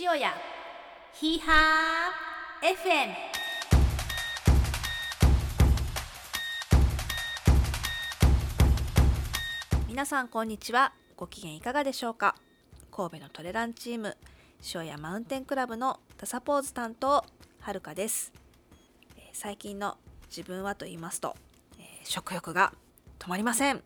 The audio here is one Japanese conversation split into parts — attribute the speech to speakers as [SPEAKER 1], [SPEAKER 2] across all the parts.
[SPEAKER 1] 塩屋ヒーハー FM 皆さんこんにちはご機嫌いかがでしょうか神戸のトレランチーム塩屋マウンテンクラブのタサポーズ担当はるかですえー最近の自分はと言いますと、えー食欲が止まりません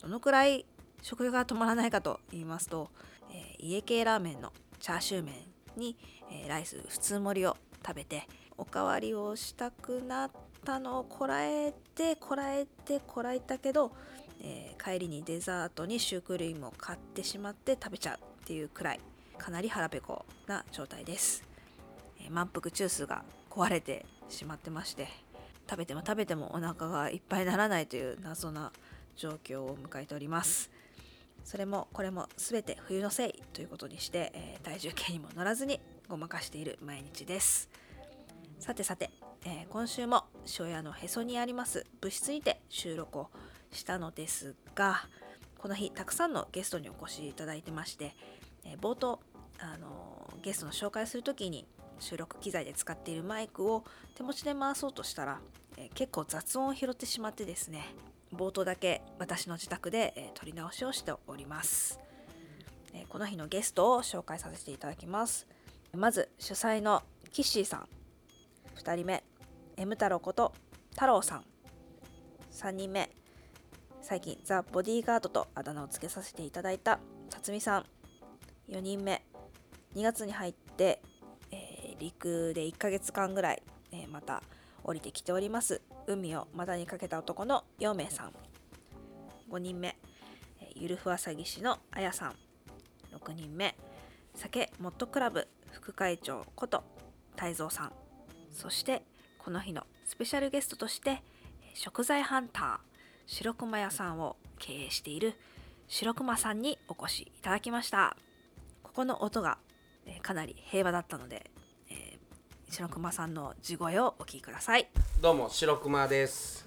[SPEAKER 1] どのくらい食欲が止まらないかと言いますと、えー家系ラーメンのチャーシュー麺に、えーライス普通盛りを食べておかわりをしたくなったのをこらえてこらえてこらえたけど、えー帰りにデザートにシュークリームを買ってしまって食べちゃうっていうくらいかなり腹ペコな状態です、えー満腹中枢が壊れてしまってまして食べても食べてもお腹がいっぱいにならないという謎な状況を迎えておりますそれもこれも全て冬のせいということにして、えー体重計にも乗らずにごまかしている毎日ですさてさて、えー今週も塩屋のへそにあります部室にて収録をしたのですがこの日たくさんのゲストにお越しいただいてまして、えー冒頭、あのーゲストの紹介する時に収録機材で使っているマイクを手持ちで回そうとしたら、えー結構雑音を拾ってしまってですね冒頭だけ私の自宅で、えー撮り直しをしております、えーこの日のゲストを紹介させていただきますまず主催のキッシーさん2人目 M 太郎こと太郎さん3人目最近ザ・ボディーガードとあだ名をつけさせていただいた辰巳さん4人目2月に入って、えー陸で1ヶ月間ぐらい、えーまた降りてきております海を股にかけた男の4名さん5人目えーゆるふわ詐欺師のあやさん6人目酒モットクラブ副会長こと泰造さんそしてこの日のスペシャルゲストとしてえー食材ハンター白熊屋さんを経営している白熊さんにお越しいただきましたここの音がえーかなり平和だったので、えー白熊さんの地声をお聞きください
[SPEAKER 2] どうも白熊です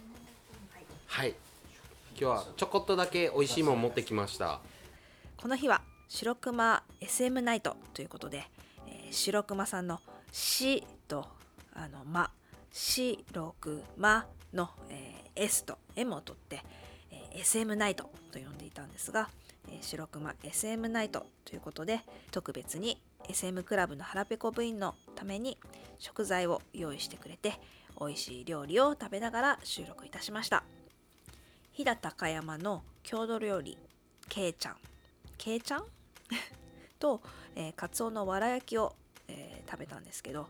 [SPEAKER 2] はい今日はちょこっとだけ美味しいもん持ってきました
[SPEAKER 1] この日は白熊 SM ナイトということで、えー、白熊さんの「し」と「あのま」「白熊」の、えー S と M を取って、えー SM ナイトと呼んでいたんですが、えー白熊 SM ナイトということで特別に SM クラブの腹ペコ部員のために食材を用意してくれて美味しい料理を食べながら収録いたしました飛騨高山の郷土料理けいちゃんけいちゃん と、えーカツオのわら焼きを、えー食べたんですけど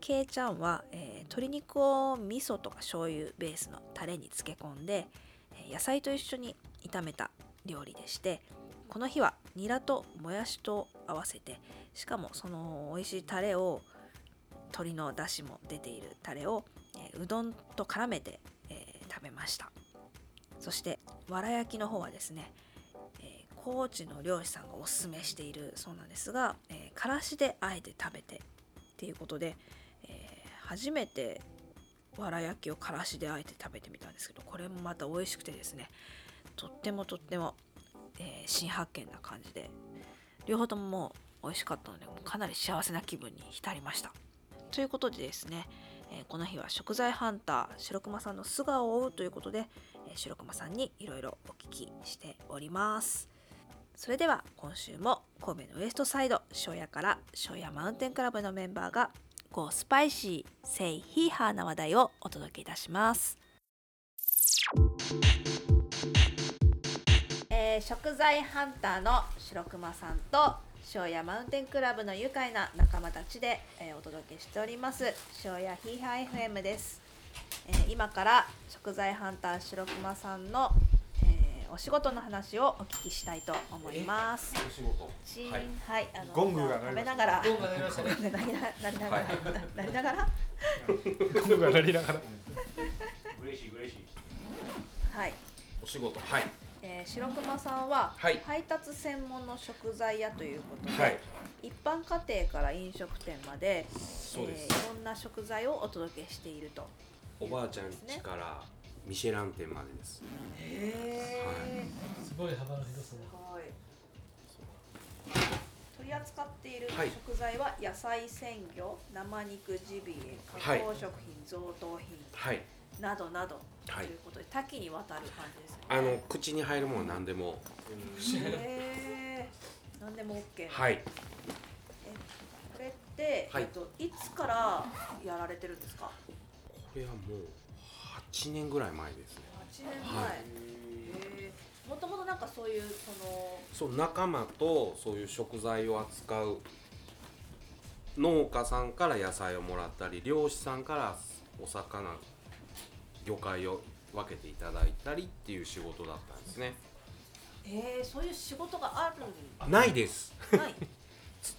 [SPEAKER 1] けいちゃんは、えー鶏肉を味噌とか醤油ベースのタレに漬け込んで、えー野菜と一緒に炒めた料理でしてこの日はニラともやしと合わせてしかもその美味しいタレを鶏の出汁も出ているタレを、えーうどんと絡めて、えー食べましたそしてわら焼きの方はですねえー高知の漁師さんがおすすめしているそうなんですが、えーからしであえて食べてっていうことで、えー初めてわら焼きをからしであえて食べてみたんですけどこれもまた美味しくてですねとってもとっても、えー新発見な感じで両方とももう美味しかったのでもうかなり幸せな気分に浸りました。ということでですね、えーこの日は食材ハンター白熊さんの素顔を追うということで、えー白熊さんにいろいろお聞きしておりますそれでは今週も神戸のウエストサイド庄屋から庄屋マウンテンクラブのメンバーが Go スパイシー Say ヒーハーな話題をお届けいたします、えー食材ハンターの白熊さんと庄屋マウンテンクラブの愉快な仲間たちで、えーお届けしております庄屋ヒーハー FM ですえー今から食材ハンター白熊さんの、えーお仕事の話をお聞きしたいと思います。
[SPEAKER 2] お仕事
[SPEAKER 1] チーン
[SPEAKER 2] は
[SPEAKER 1] はいい、あの
[SPEAKER 3] ゴングが
[SPEAKER 1] 食
[SPEAKER 3] 鳴
[SPEAKER 1] べ
[SPEAKER 3] りま
[SPEAKER 1] な
[SPEAKER 3] し
[SPEAKER 1] がら、
[SPEAKER 4] が鳴りましたね。
[SPEAKER 1] なりななりながら、なりながら、
[SPEAKER 3] 今度はなりながら
[SPEAKER 4] 嬉しい嬉しい。
[SPEAKER 1] はい、
[SPEAKER 2] お仕事はい
[SPEAKER 1] えー、白熊さんは、
[SPEAKER 2] はい
[SPEAKER 1] 配達専門の食材屋ということで、
[SPEAKER 2] はい
[SPEAKER 1] 一般家庭から飲食店まで、
[SPEAKER 2] そうです
[SPEAKER 1] えーいろんな食材をお届けしていると。
[SPEAKER 2] おばあちゃん家からミシェラン店までです
[SPEAKER 1] へ
[SPEAKER 2] ー
[SPEAKER 4] すごい幅の広さだ。
[SPEAKER 1] ごい。取り扱っている
[SPEAKER 2] はい
[SPEAKER 1] 食材は野菜鮮魚、生肉ジビエ、加
[SPEAKER 2] はい
[SPEAKER 1] 工食品、贈答品
[SPEAKER 2] はい
[SPEAKER 1] などなどと
[SPEAKER 2] はい
[SPEAKER 1] いうことで多岐にわたる感じですね。
[SPEAKER 2] あの口に入るものは何でも
[SPEAKER 1] へー何でも OK。
[SPEAKER 2] はい
[SPEAKER 1] これって、
[SPEAKER 2] はい
[SPEAKER 1] えっといつからやられてるんですか。
[SPEAKER 2] これはもう8年ぐらい前ですね
[SPEAKER 1] 八年前。
[SPEAKER 2] はい
[SPEAKER 1] へーもともとなんかそういうその
[SPEAKER 2] そう仲間とそういう食材を扱う農家さんから野菜をもらったり漁師さんからお魚魚介を分けていただいたりっていう仕事だったんですね
[SPEAKER 1] えー、そういう仕事があるん
[SPEAKER 2] ないです
[SPEAKER 1] ない。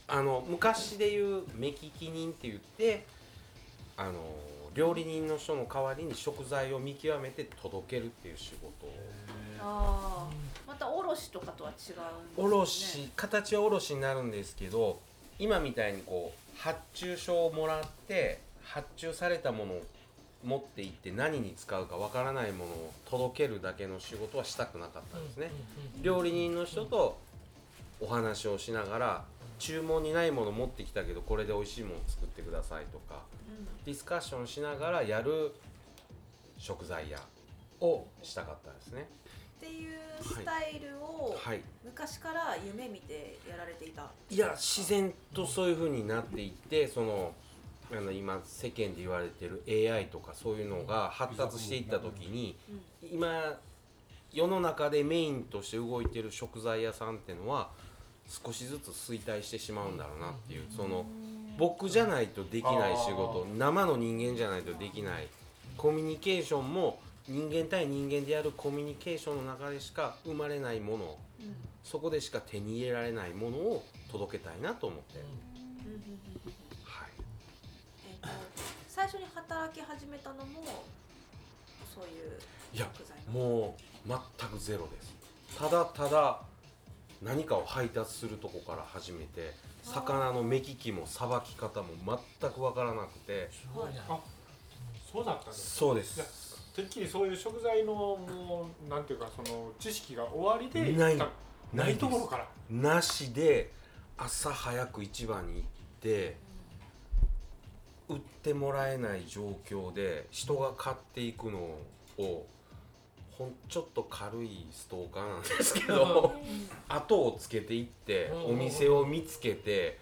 [SPEAKER 2] あの昔でいう目利き人って言ってあの料理人の人の代わりに食材を見極めて届けるっていう仕事
[SPEAKER 1] ああ、また卸とかとは違うんです、ね。
[SPEAKER 2] おろし、形はおろしになるんですけど今みたいにこう発注書をもらって発注されたものを持って行って何に使うかわからないものを届けるだけの仕事はしたくなかったんですね、料理人の人とお話をしながら注文にないもの持ってきたけどこれで美味しいもの作ってくださいとか
[SPEAKER 1] うん
[SPEAKER 2] ディスカッションしながらやる食材屋をしたかったですね
[SPEAKER 1] っていうスタイルを
[SPEAKER 2] はい
[SPEAKER 1] 昔から夢見てやられていた。
[SPEAKER 2] いや自然とそういう風になっていってそのあの今世間で言われてる AI とかそういうのが発達していった時に
[SPEAKER 1] うん
[SPEAKER 2] 今世の中でメインとして動いてる食材屋さんってのは少しずつ衰退してしまうんだろうなっていうその僕じゃないとできない仕事生の人間じゃないとできないコミュニケーションも人間対人間でやるコミュニケーションの中でしか生まれないもの
[SPEAKER 1] うんうん
[SPEAKER 2] そこでしか手に入れられないものを届けたいなと思って、
[SPEAKER 1] うんうんうん
[SPEAKER 2] はい、
[SPEAKER 1] えっと最初に働き始めたのもそういう
[SPEAKER 2] いや
[SPEAKER 1] 食材
[SPEAKER 2] もう全くゼロですただただ何かを配達するとこから始めて魚の目利きもさばき方も全く分からなくて
[SPEAKER 5] すごいな。
[SPEAKER 3] あそうだったんです
[SPEAKER 2] そうで
[SPEAKER 3] いやてっきりそういう食材のもうなんていうかその知識が終わりで
[SPEAKER 2] ない
[SPEAKER 3] な
[SPEAKER 2] ない
[SPEAKER 3] い
[SPEAKER 2] です
[SPEAKER 3] ところから
[SPEAKER 2] なしで朝早く市場に行って売ってもらえない状況で人が買っていくのをほんちょっと軽いストーカーなんですけど後をつけていって
[SPEAKER 5] うんうんう
[SPEAKER 2] お
[SPEAKER 5] ん
[SPEAKER 2] 店を見つけて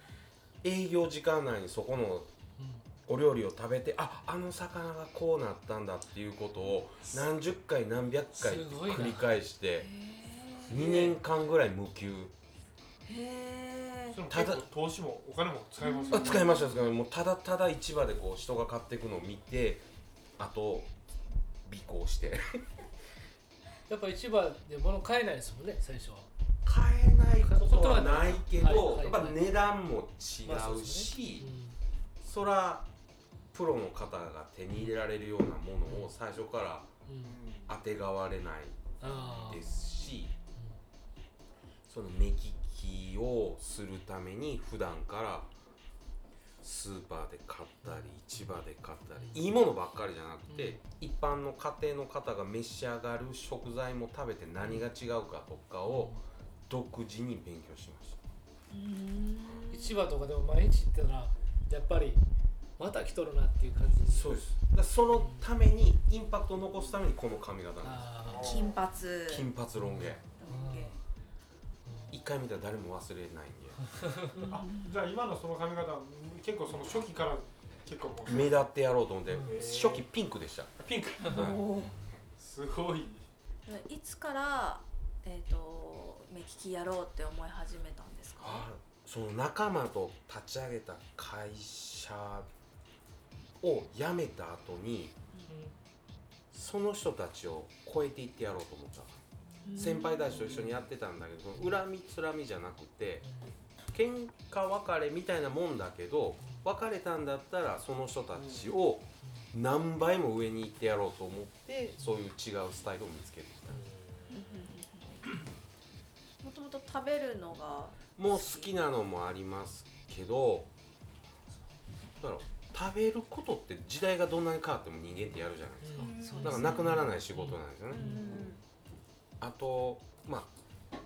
[SPEAKER 2] 営業時間内にそこのお料理を食べてああの魚がこうなったんだっていうことを何十回何百回
[SPEAKER 5] すごいな
[SPEAKER 2] 繰り返して
[SPEAKER 1] へ
[SPEAKER 2] 2年間ぐらい無給。
[SPEAKER 1] えへえ
[SPEAKER 3] その
[SPEAKER 2] た
[SPEAKER 3] 結
[SPEAKER 2] だ
[SPEAKER 3] 構投資もお金も使います
[SPEAKER 2] あ使いましたた使いましたもうただただ市場でこう人が買っていくのを見てあと尾行して
[SPEAKER 5] やっぱ市場で物買えないですもんね、最初は。
[SPEAKER 2] 買えないことはないけど、
[SPEAKER 5] はいはい
[SPEAKER 2] やっぱ値段も
[SPEAKER 5] まあそう
[SPEAKER 2] 違う
[SPEAKER 5] です
[SPEAKER 2] し、
[SPEAKER 5] うん
[SPEAKER 2] そらプロの方が手に入れられるようなものを最初から
[SPEAKER 5] うん
[SPEAKER 2] 当てがわれな
[SPEAKER 5] あ
[SPEAKER 2] い
[SPEAKER 5] ー
[SPEAKER 2] ですしその目利きをするために普段からスーパーで買ったり市場で買ったりいいものばっかりじゃなくて、一般の家庭の方が召し上がる食材も食べて何が違うかとかを独自に勉強しまし
[SPEAKER 5] 市場とかでも毎日行ってたら、やっぱりまた来とるなっていう感じ
[SPEAKER 2] たそうですだからそのためにインパクトを残すためにこの髪型なんで
[SPEAKER 5] あー
[SPEAKER 1] 金髪
[SPEAKER 2] す金髪ロン毛
[SPEAKER 1] う
[SPEAKER 2] 一回見たら誰も忘れないんで
[SPEAKER 3] あじゃあ今のその髪型結構その初期から結構もう
[SPEAKER 2] 目立ってやろうと思って
[SPEAKER 3] ん
[SPEAKER 2] 初期ピンクでした
[SPEAKER 3] ピンク
[SPEAKER 1] ん
[SPEAKER 2] はい
[SPEAKER 1] おー
[SPEAKER 3] すごい
[SPEAKER 1] いつから、えー、と目利きやろうって思い始めたんですか
[SPEAKER 2] あその仲間と立ち上げた会社を辞めた後にその人たちを超えていってやろうと思った先輩たちと一緒にやってたんだけどその恨みつらみじゃなくて喧嘩別れみたいなもんだけど別れたんだったらその人たちを何倍も上に行ってやろうと思ってそういう違うスタイルを見つけてきた
[SPEAKER 1] もともと食べるのが
[SPEAKER 2] もう好きなのもありますけどなんだろう食べることって時代がどんなに変わっても人間ってやるじゃないです
[SPEAKER 5] うん
[SPEAKER 1] そうで
[SPEAKER 2] かだか
[SPEAKER 1] す
[SPEAKER 2] ら
[SPEAKER 1] ね
[SPEAKER 2] なくならない仕事なんですよね
[SPEAKER 1] うん
[SPEAKER 2] あとまあ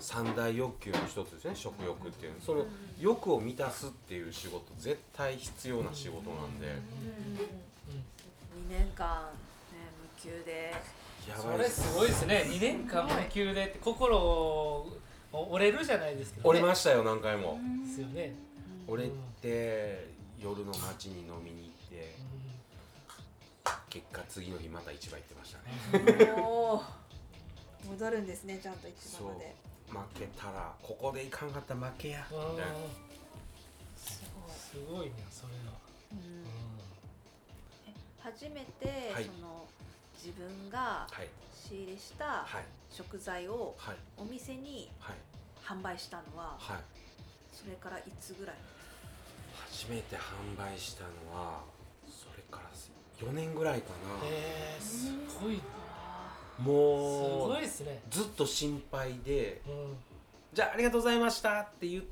[SPEAKER 2] 三大欲求の一つですね食欲っていうその欲を満たすっていう仕事絶対必要な仕事なんで
[SPEAKER 1] 2年間、ね、無給で
[SPEAKER 2] や
[SPEAKER 5] そ
[SPEAKER 2] ばいで
[SPEAKER 5] れ
[SPEAKER 2] す
[SPEAKER 5] すごいですね2年間無給でって心を折れるじゃないですけど、ね、
[SPEAKER 2] 折れましたよ何回も
[SPEAKER 5] ですよね、
[SPEAKER 2] 折れて夜の街に飲みに行って結果次の日また市場行ってましたね
[SPEAKER 1] おー戻るんですねちゃんと一番まで
[SPEAKER 2] 負けたらここでいかんかったら負けや
[SPEAKER 5] う
[SPEAKER 2] み
[SPEAKER 5] ん
[SPEAKER 2] たいな
[SPEAKER 1] す
[SPEAKER 5] すごいねそれは、
[SPEAKER 1] ごい、うん初めて、
[SPEAKER 2] はい
[SPEAKER 1] その自分が
[SPEAKER 2] はい
[SPEAKER 1] 仕入れした
[SPEAKER 2] はい
[SPEAKER 1] 食材を
[SPEAKER 2] はい
[SPEAKER 1] お店に
[SPEAKER 2] はい
[SPEAKER 1] 販売したのは
[SPEAKER 2] はい
[SPEAKER 1] それからいつぐらい
[SPEAKER 2] 初めて販売したのはそれから4年ぐらいかな、
[SPEAKER 5] えー、すごいす
[SPEAKER 2] も
[SPEAKER 5] ご
[SPEAKER 2] う
[SPEAKER 5] いですね、
[SPEAKER 2] ずっと心配で
[SPEAKER 5] うん
[SPEAKER 2] 「じゃあありがとうございました」って言っ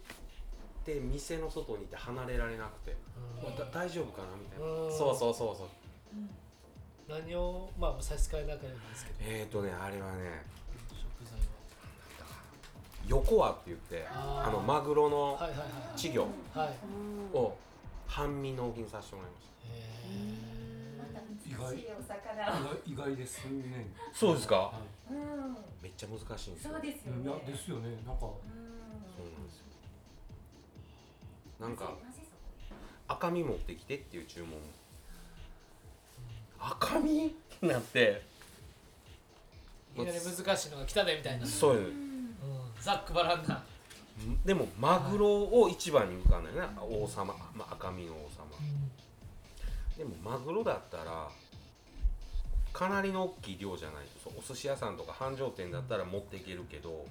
[SPEAKER 2] て店の外にいて離れられなくて「だ大丈夫かな?」みたいな
[SPEAKER 5] うん
[SPEAKER 2] そうそうそうそう
[SPEAKER 5] 何をまあ差し支えなければですけど
[SPEAKER 2] えーとねあれはね
[SPEAKER 5] 食材
[SPEAKER 2] 横輪って言って
[SPEAKER 5] あー
[SPEAKER 2] あのマグロ
[SPEAKER 5] は
[SPEAKER 2] の
[SPEAKER 5] はいはいはい
[SPEAKER 2] 稚魚
[SPEAKER 5] はいはい
[SPEAKER 2] を半身納品させてもらいまし
[SPEAKER 5] え
[SPEAKER 4] 意外
[SPEAKER 6] 美しいお魚を。
[SPEAKER 4] 意外ですね。
[SPEAKER 2] たそうですか
[SPEAKER 6] うん。
[SPEAKER 2] めっちゃ難しいんですよ
[SPEAKER 6] そうですよ
[SPEAKER 4] い
[SPEAKER 6] ね。
[SPEAKER 4] やですよね。なんか
[SPEAKER 2] そうなんですよ
[SPEAKER 6] う
[SPEAKER 2] なんか
[SPEAKER 6] なぜそこ
[SPEAKER 2] 赤身持ってきてっていう注文赤身ってなって
[SPEAKER 5] ー、いきなり難しいのが来たでみたいな、
[SPEAKER 2] そういう
[SPEAKER 5] うん、ざっくばらんな
[SPEAKER 2] でもマグロを一番に浮かんだよね王様、まあ、赤身の王様でもマグロだったらかなりの大きい量じゃないそうお寿司屋さんとか繁盛店だったら持っていけるけど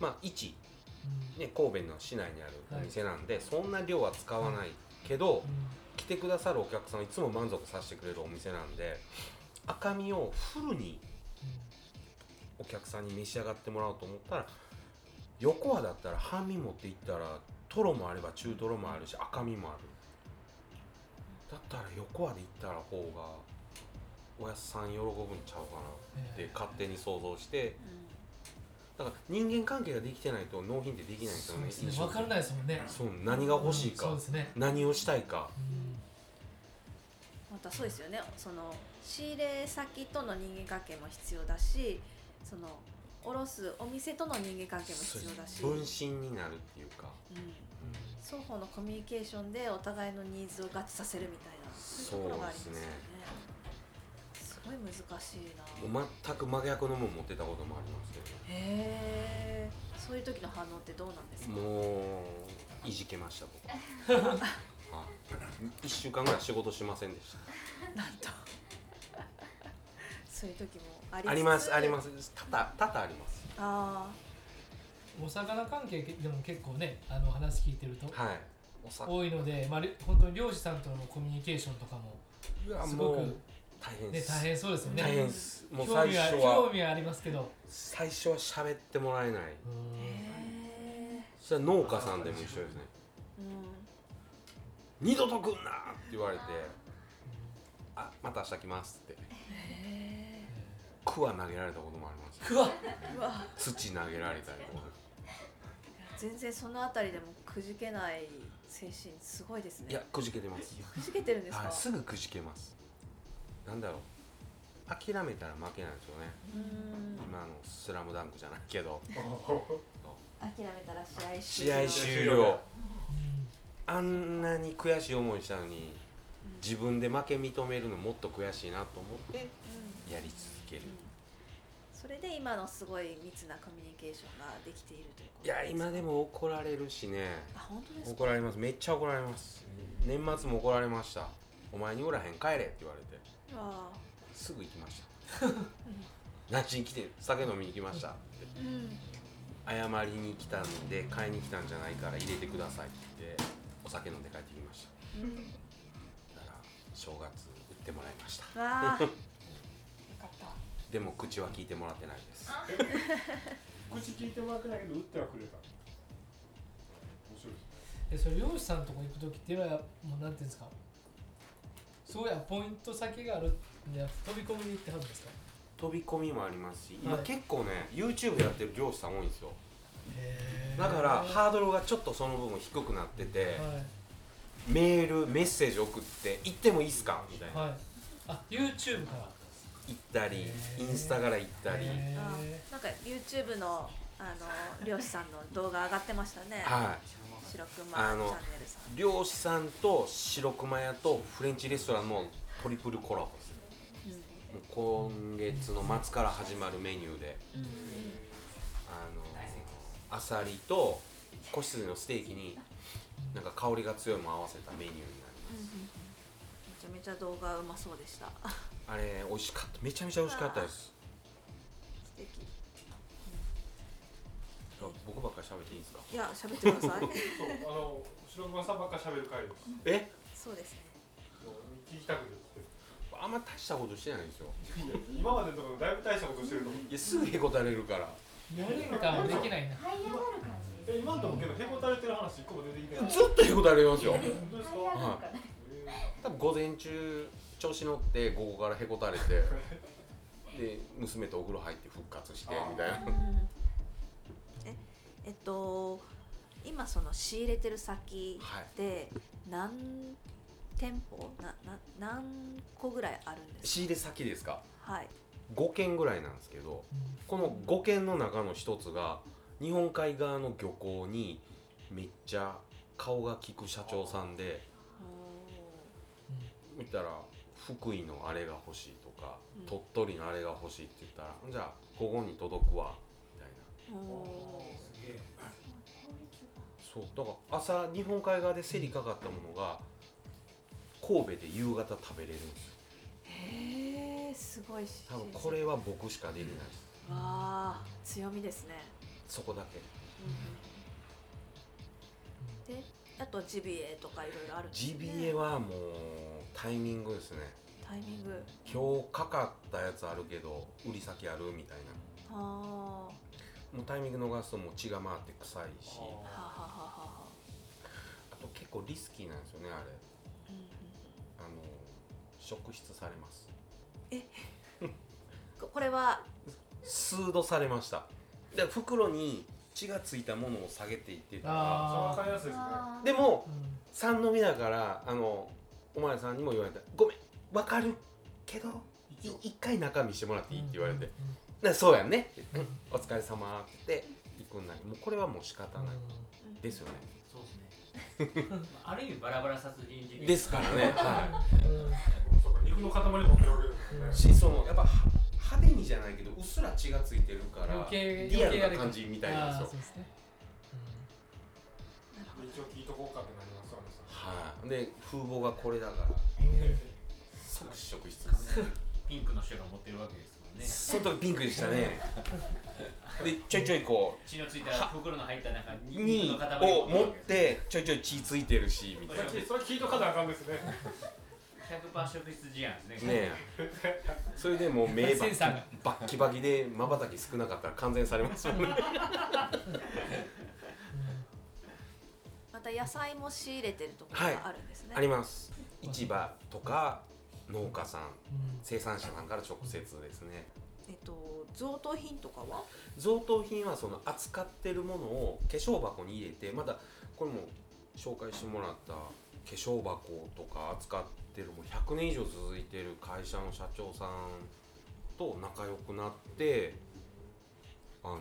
[SPEAKER 2] まあ一、ね、神戸の市内にあるお店なんで、そんな量は使わないけど、来てくださるお客さんをいつも満足させてくれるお店なんで赤身をフルにお客さんに召し上がってもらおうと思ったら横はだったら半身持っていったらトロもあれば中トロもあるし赤身もあるだったら横はでいったら方がおやっさん喜ぶんちゃうかなって勝手に想像してだから人間関係ができてないと納品ってできないんですよ
[SPEAKER 5] そう
[SPEAKER 2] ね
[SPEAKER 5] ですね分からないですもんね
[SPEAKER 2] そう何が欲しい
[SPEAKER 5] うんそ
[SPEAKER 2] か
[SPEAKER 5] うですね、
[SPEAKER 2] 何をしたいか
[SPEAKER 1] またそうですよねその仕入れ先との人間関係も必要だしその卸すお店との人間関係も必要だし、
[SPEAKER 2] 分身になるっていうか
[SPEAKER 1] うん双方のコミュニケーションでお互いのニーズを合致させるみたいなそういうところがありますよねすごい難しいな
[SPEAKER 2] もう全く真逆のもん持ってたこともありますけ
[SPEAKER 1] へえそういう時の反応ってどうなんですか
[SPEAKER 2] どもういじけました僕 はい1週間ぐらい仕事しませんでし
[SPEAKER 1] なんと そういう時もあり
[SPEAKER 2] たありますありますす多々多々あります
[SPEAKER 1] あ
[SPEAKER 5] お魚関係でも結構ねあの話聞いてると
[SPEAKER 2] はいお酒
[SPEAKER 5] 多いので、まあ、り本当に漁師さんとのコミュニケーションとかも、
[SPEAKER 2] は
[SPEAKER 5] すごく
[SPEAKER 2] もう大変で
[SPEAKER 5] ね、
[SPEAKER 2] す
[SPEAKER 5] 大変そうですよね
[SPEAKER 2] 大変ですもう
[SPEAKER 5] 興
[SPEAKER 2] 最
[SPEAKER 5] 味は
[SPEAKER 2] 初
[SPEAKER 5] 興
[SPEAKER 2] は
[SPEAKER 5] 味はありますけど
[SPEAKER 2] 最初は喋ってもらえない
[SPEAKER 1] あへえ
[SPEAKER 2] それは農家さんでも一緒ですね
[SPEAKER 1] うん
[SPEAKER 2] 二度と来んなって言われてあまた明日来ますって
[SPEAKER 1] へ
[SPEAKER 2] クワ投げられたこともあります
[SPEAKER 5] くわ
[SPEAKER 1] えうわ
[SPEAKER 2] 土投げられたりとか
[SPEAKER 1] 全然そのあたりでもくじけない精神すごいですね
[SPEAKER 2] いやくじけてます
[SPEAKER 1] くじけてるんですか、
[SPEAKER 2] はい、すぐくじけますなんだろう諦めたら負けなんですよね、
[SPEAKER 1] うん
[SPEAKER 2] 今の「スラムダンクじゃないけど
[SPEAKER 1] 諦めたら試合終了
[SPEAKER 2] 試合終了あんなに悔しい思いしたのに自分で負け認めるのもっと悔しいなと思って
[SPEAKER 1] うん
[SPEAKER 2] やり続ける
[SPEAKER 1] それで今のすごい密なコミュニケーションができているということ
[SPEAKER 2] いや今で
[SPEAKER 1] も
[SPEAKER 2] も怒られるしね
[SPEAKER 1] あ本当ですか
[SPEAKER 2] 怒られますめっちゃ怒られます年末も怒られましたお前におらへん帰れって言われて
[SPEAKER 1] あ
[SPEAKER 2] すぐ行きました 何しに来て酒飲みに行きましたって
[SPEAKER 1] ーうん
[SPEAKER 2] 謝りに来たんで買いに来たんじゃないから入れてくださいって言ってお酒飲んで帰ってきましただから正月売ってもらいました
[SPEAKER 1] わあ
[SPEAKER 6] かった。
[SPEAKER 2] でも口は聞いてもらってないです
[SPEAKER 3] 口聞いてもらってないけど打ってはくれた面白いですね
[SPEAKER 5] えそれ漁師さんのとこ行く時っていうのはもうなんていうんですかすごいアポイント先があるんで飛び込みに行ってはるんですか
[SPEAKER 2] 飛び込みもありますし今
[SPEAKER 5] はい
[SPEAKER 2] 結構ね YouTube でやってる漁師さん多いんですよ
[SPEAKER 5] へー
[SPEAKER 2] だから
[SPEAKER 5] は
[SPEAKER 2] ハードルがちょっとその部分低くなってて
[SPEAKER 5] い、
[SPEAKER 2] メールメッセージ送って行ってもいいっすかみたいな、
[SPEAKER 5] はいあ YouTube から
[SPEAKER 2] 行ったり
[SPEAKER 5] へ
[SPEAKER 2] イ
[SPEAKER 5] ー
[SPEAKER 2] ンスタから行ったり、
[SPEAKER 5] へ
[SPEAKER 1] あ
[SPEAKER 5] ー
[SPEAKER 1] なんか YouTube のあの漁師さんの動画上がってましたね。
[SPEAKER 2] はい
[SPEAKER 1] 白熊チャ
[SPEAKER 2] あ
[SPEAKER 1] ンネ
[SPEAKER 2] の
[SPEAKER 1] ルさん。
[SPEAKER 2] 漁師さんと白熊屋とフレンチレストランのトリプルコラボです
[SPEAKER 1] う
[SPEAKER 2] もう今月の末から始まるメニューで
[SPEAKER 1] んうん
[SPEAKER 2] あのアサリと子羊のステーキになんか香りが強いも合わせたメニューになります
[SPEAKER 1] めちゃめちゃ動画うまそうでした。
[SPEAKER 2] あれ美味しかっためちゃめちゃ美味しかったです
[SPEAKER 1] 素敵。
[SPEAKER 2] 僕ばっかり喋っていいですか
[SPEAKER 1] いや喋ってください。
[SPEAKER 3] そうあの白熊さんばっか喋る回です
[SPEAKER 2] え
[SPEAKER 1] そうですね。
[SPEAKER 3] もう聞きたくて
[SPEAKER 2] あんま大したことしてないんですよ
[SPEAKER 3] 今までのところだいぶ大したことしてると思う
[SPEAKER 2] いやすぐへこたれるから
[SPEAKER 5] 4年間はできないな
[SPEAKER 6] 這い上がる感じ
[SPEAKER 3] え今のところけどへこたれてる話一個も出てきてない
[SPEAKER 2] ずっとへこたれます よ
[SPEAKER 3] 本当ですか、
[SPEAKER 6] 這い上がるかな
[SPEAKER 3] えー
[SPEAKER 2] 多分午前中調子乗って午後からへこたれてで娘とお風呂入って復活してみたいな
[SPEAKER 1] ええっと今その仕入れてる先
[SPEAKER 2] はい
[SPEAKER 1] で何店舗なな何個ぐらいあるんです
[SPEAKER 2] 仕入れ先ですか
[SPEAKER 1] か。はい。
[SPEAKER 2] 5軒ぐらいなんですけどこの5軒の中の一つが日本海側の漁港にめっちゃ顔が利く社長さんで
[SPEAKER 1] お
[SPEAKER 2] 見たら福井のあれが欲しいとか
[SPEAKER 1] うん
[SPEAKER 2] 鳥取のあれが欲しいって言ったらじゃあ午後に届くわみたいな
[SPEAKER 1] ーおー。
[SPEAKER 2] そうだから朝日本海側で競りかかったものが神戸で夕方食べれるんですよ
[SPEAKER 1] へえすごいし
[SPEAKER 2] 多分これは僕しかできないです
[SPEAKER 1] わあ強みですね、
[SPEAKER 2] そこだけ
[SPEAKER 1] であとジビエとかいろいろあるんですね
[SPEAKER 2] GBA はもうタイミングですね
[SPEAKER 1] タイミング
[SPEAKER 2] 今日かかったやつあるけど売り先あるみたいな
[SPEAKER 1] あーは
[SPEAKER 2] もうタイミング逃すともう血が回って臭いし
[SPEAKER 1] あはあはあはあ
[SPEAKER 2] あと結構リスキーなんですよねあれ
[SPEAKER 1] うんうん
[SPEAKER 2] あの職質されます
[SPEAKER 1] ここれは
[SPEAKER 2] 数度されましたで袋に血がついたものを下げていってたら
[SPEAKER 5] あ
[SPEAKER 3] わか
[SPEAKER 5] あ
[SPEAKER 3] りやすいですね
[SPEAKER 2] でも
[SPEAKER 5] ーうん
[SPEAKER 2] 三宮だからあのお前さんにも言われた「ごめんわかるけどい一回中身してもらっていい?」って言われて
[SPEAKER 5] う
[SPEAKER 2] 「
[SPEAKER 5] ん
[SPEAKER 2] なそうやんね」って
[SPEAKER 5] うん
[SPEAKER 2] 「お疲れ様って言って行くんだけどもうこれはもう仕方ない、ですよね
[SPEAKER 7] そうですね ある意味バラバラ殺人事件
[SPEAKER 2] ですからねは
[SPEAKER 5] うんうん
[SPEAKER 3] そうか肉の塊持ってるわけですよね
[SPEAKER 2] いしそのやっぱは派手にじゃないけどうっすら血がついてるから
[SPEAKER 5] 余計
[SPEAKER 2] リアル
[SPEAKER 5] 余計あ
[SPEAKER 2] な
[SPEAKER 5] れか
[SPEAKER 2] 感じみたいなん
[SPEAKER 5] あ
[SPEAKER 2] です
[SPEAKER 5] ーそう
[SPEAKER 2] よ
[SPEAKER 5] ですね
[SPEAKER 3] 一応聞いとこうかってなりますよね
[SPEAKER 2] はいで風貌がこれだから即職質です
[SPEAKER 7] ピンクの白を持ってるわけですもんね
[SPEAKER 2] その時ピンクでしたねでちょいちょいこう
[SPEAKER 7] 血のついた袋の入った中に
[SPEAKER 2] に
[SPEAKER 7] 肉の塊
[SPEAKER 2] を持
[SPEAKER 7] る
[SPEAKER 2] っ
[SPEAKER 7] わけで
[SPEAKER 2] て
[SPEAKER 7] す
[SPEAKER 2] ちょいちょい血ついてるしみたいな
[SPEAKER 3] それそれ聞いとかなあかんですね
[SPEAKER 7] 100%職質事案ですね
[SPEAKER 2] ねえそれでもう目ば
[SPEAKER 5] センサーが
[SPEAKER 2] バッキバキでまばたき少なかったら完全にされますよね
[SPEAKER 1] また野菜も仕入れてるところ
[SPEAKER 2] はい
[SPEAKER 1] があるんですね、
[SPEAKER 2] あります市場とか農家さん
[SPEAKER 5] うん
[SPEAKER 2] 生産者さんから直接ですね
[SPEAKER 1] えっと贈答品とかは
[SPEAKER 2] 贈答品はその扱ってるものを化粧箱に入れてまだこれも紹介してもらった化粧箱とか扱ってるもう100年以上続いてる会社の社長さんと仲良くなってあのー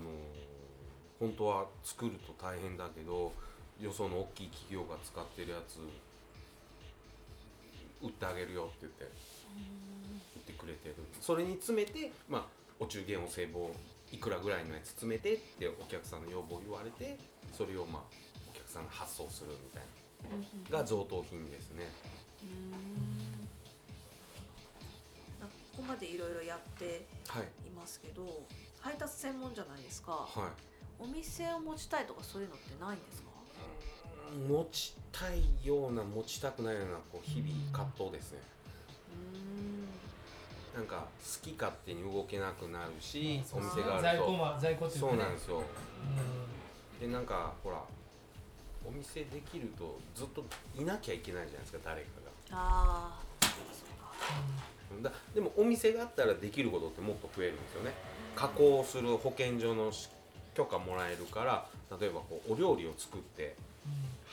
[SPEAKER 2] 本当は作ると大変だけどよその大きい企業が使ってるやつ売ってあげるよって言って売ってくれてるそれに詰めて、まあ、お中元お歳暮いくらぐらいのやつ詰めてってお客さんの要望を言われてそれをまあお客さんが発送するみたいなが贈答品ですね
[SPEAKER 1] うんなんかここまでいろいろやって
[SPEAKER 2] はい
[SPEAKER 1] いますけど配達専門じゃないですか
[SPEAKER 2] は
[SPEAKER 1] お店を持ちたいとかそういうのってないんですか
[SPEAKER 2] い持ちたいような持ちたくないようなこう日々葛藤ですね
[SPEAKER 1] う
[SPEAKER 2] なんか好き勝手に動けなくなるし
[SPEAKER 5] そ
[SPEAKER 2] お
[SPEAKER 5] うです
[SPEAKER 2] 店
[SPEAKER 5] ね
[SPEAKER 2] があ
[SPEAKER 5] 在
[SPEAKER 2] る
[SPEAKER 5] 庫
[SPEAKER 2] と
[SPEAKER 5] も在庫というか
[SPEAKER 2] そうなん
[SPEAKER 5] ね
[SPEAKER 2] ですよ
[SPEAKER 5] うん
[SPEAKER 2] でなんかほらお店できるとずっといなきゃいけないじゃないですか誰かが
[SPEAKER 1] んああそうかそうか
[SPEAKER 2] だでもお店があったらできることってもっと増えるんですよね加工する保健所のし許可もらえるから例えばこうお料理を作って
[SPEAKER 5] う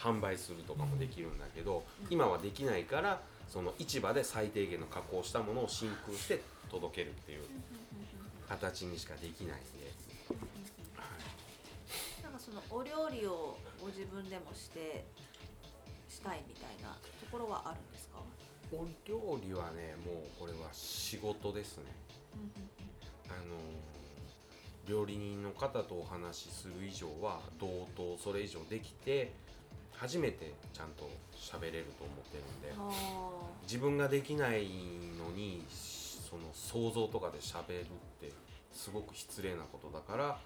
[SPEAKER 5] ん
[SPEAKER 2] 販売するとかもできるんだけど
[SPEAKER 1] うん
[SPEAKER 2] 今はできないからその市場で最低限の加工したものを真空して届けるっていう形にしかできないんで
[SPEAKER 1] なんかそのお料理をご自分でもしてしたいみたいなところはあるんですか、
[SPEAKER 2] お料理はねもうこれは仕事ですねあのー料理人の方とお話しする以上は同等それ以上できて初めてちゃんと喋れると思ってるんで
[SPEAKER 1] あ
[SPEAKER 2] 自分ができないのにその想像とかで喋るってすごく失礼なことだから、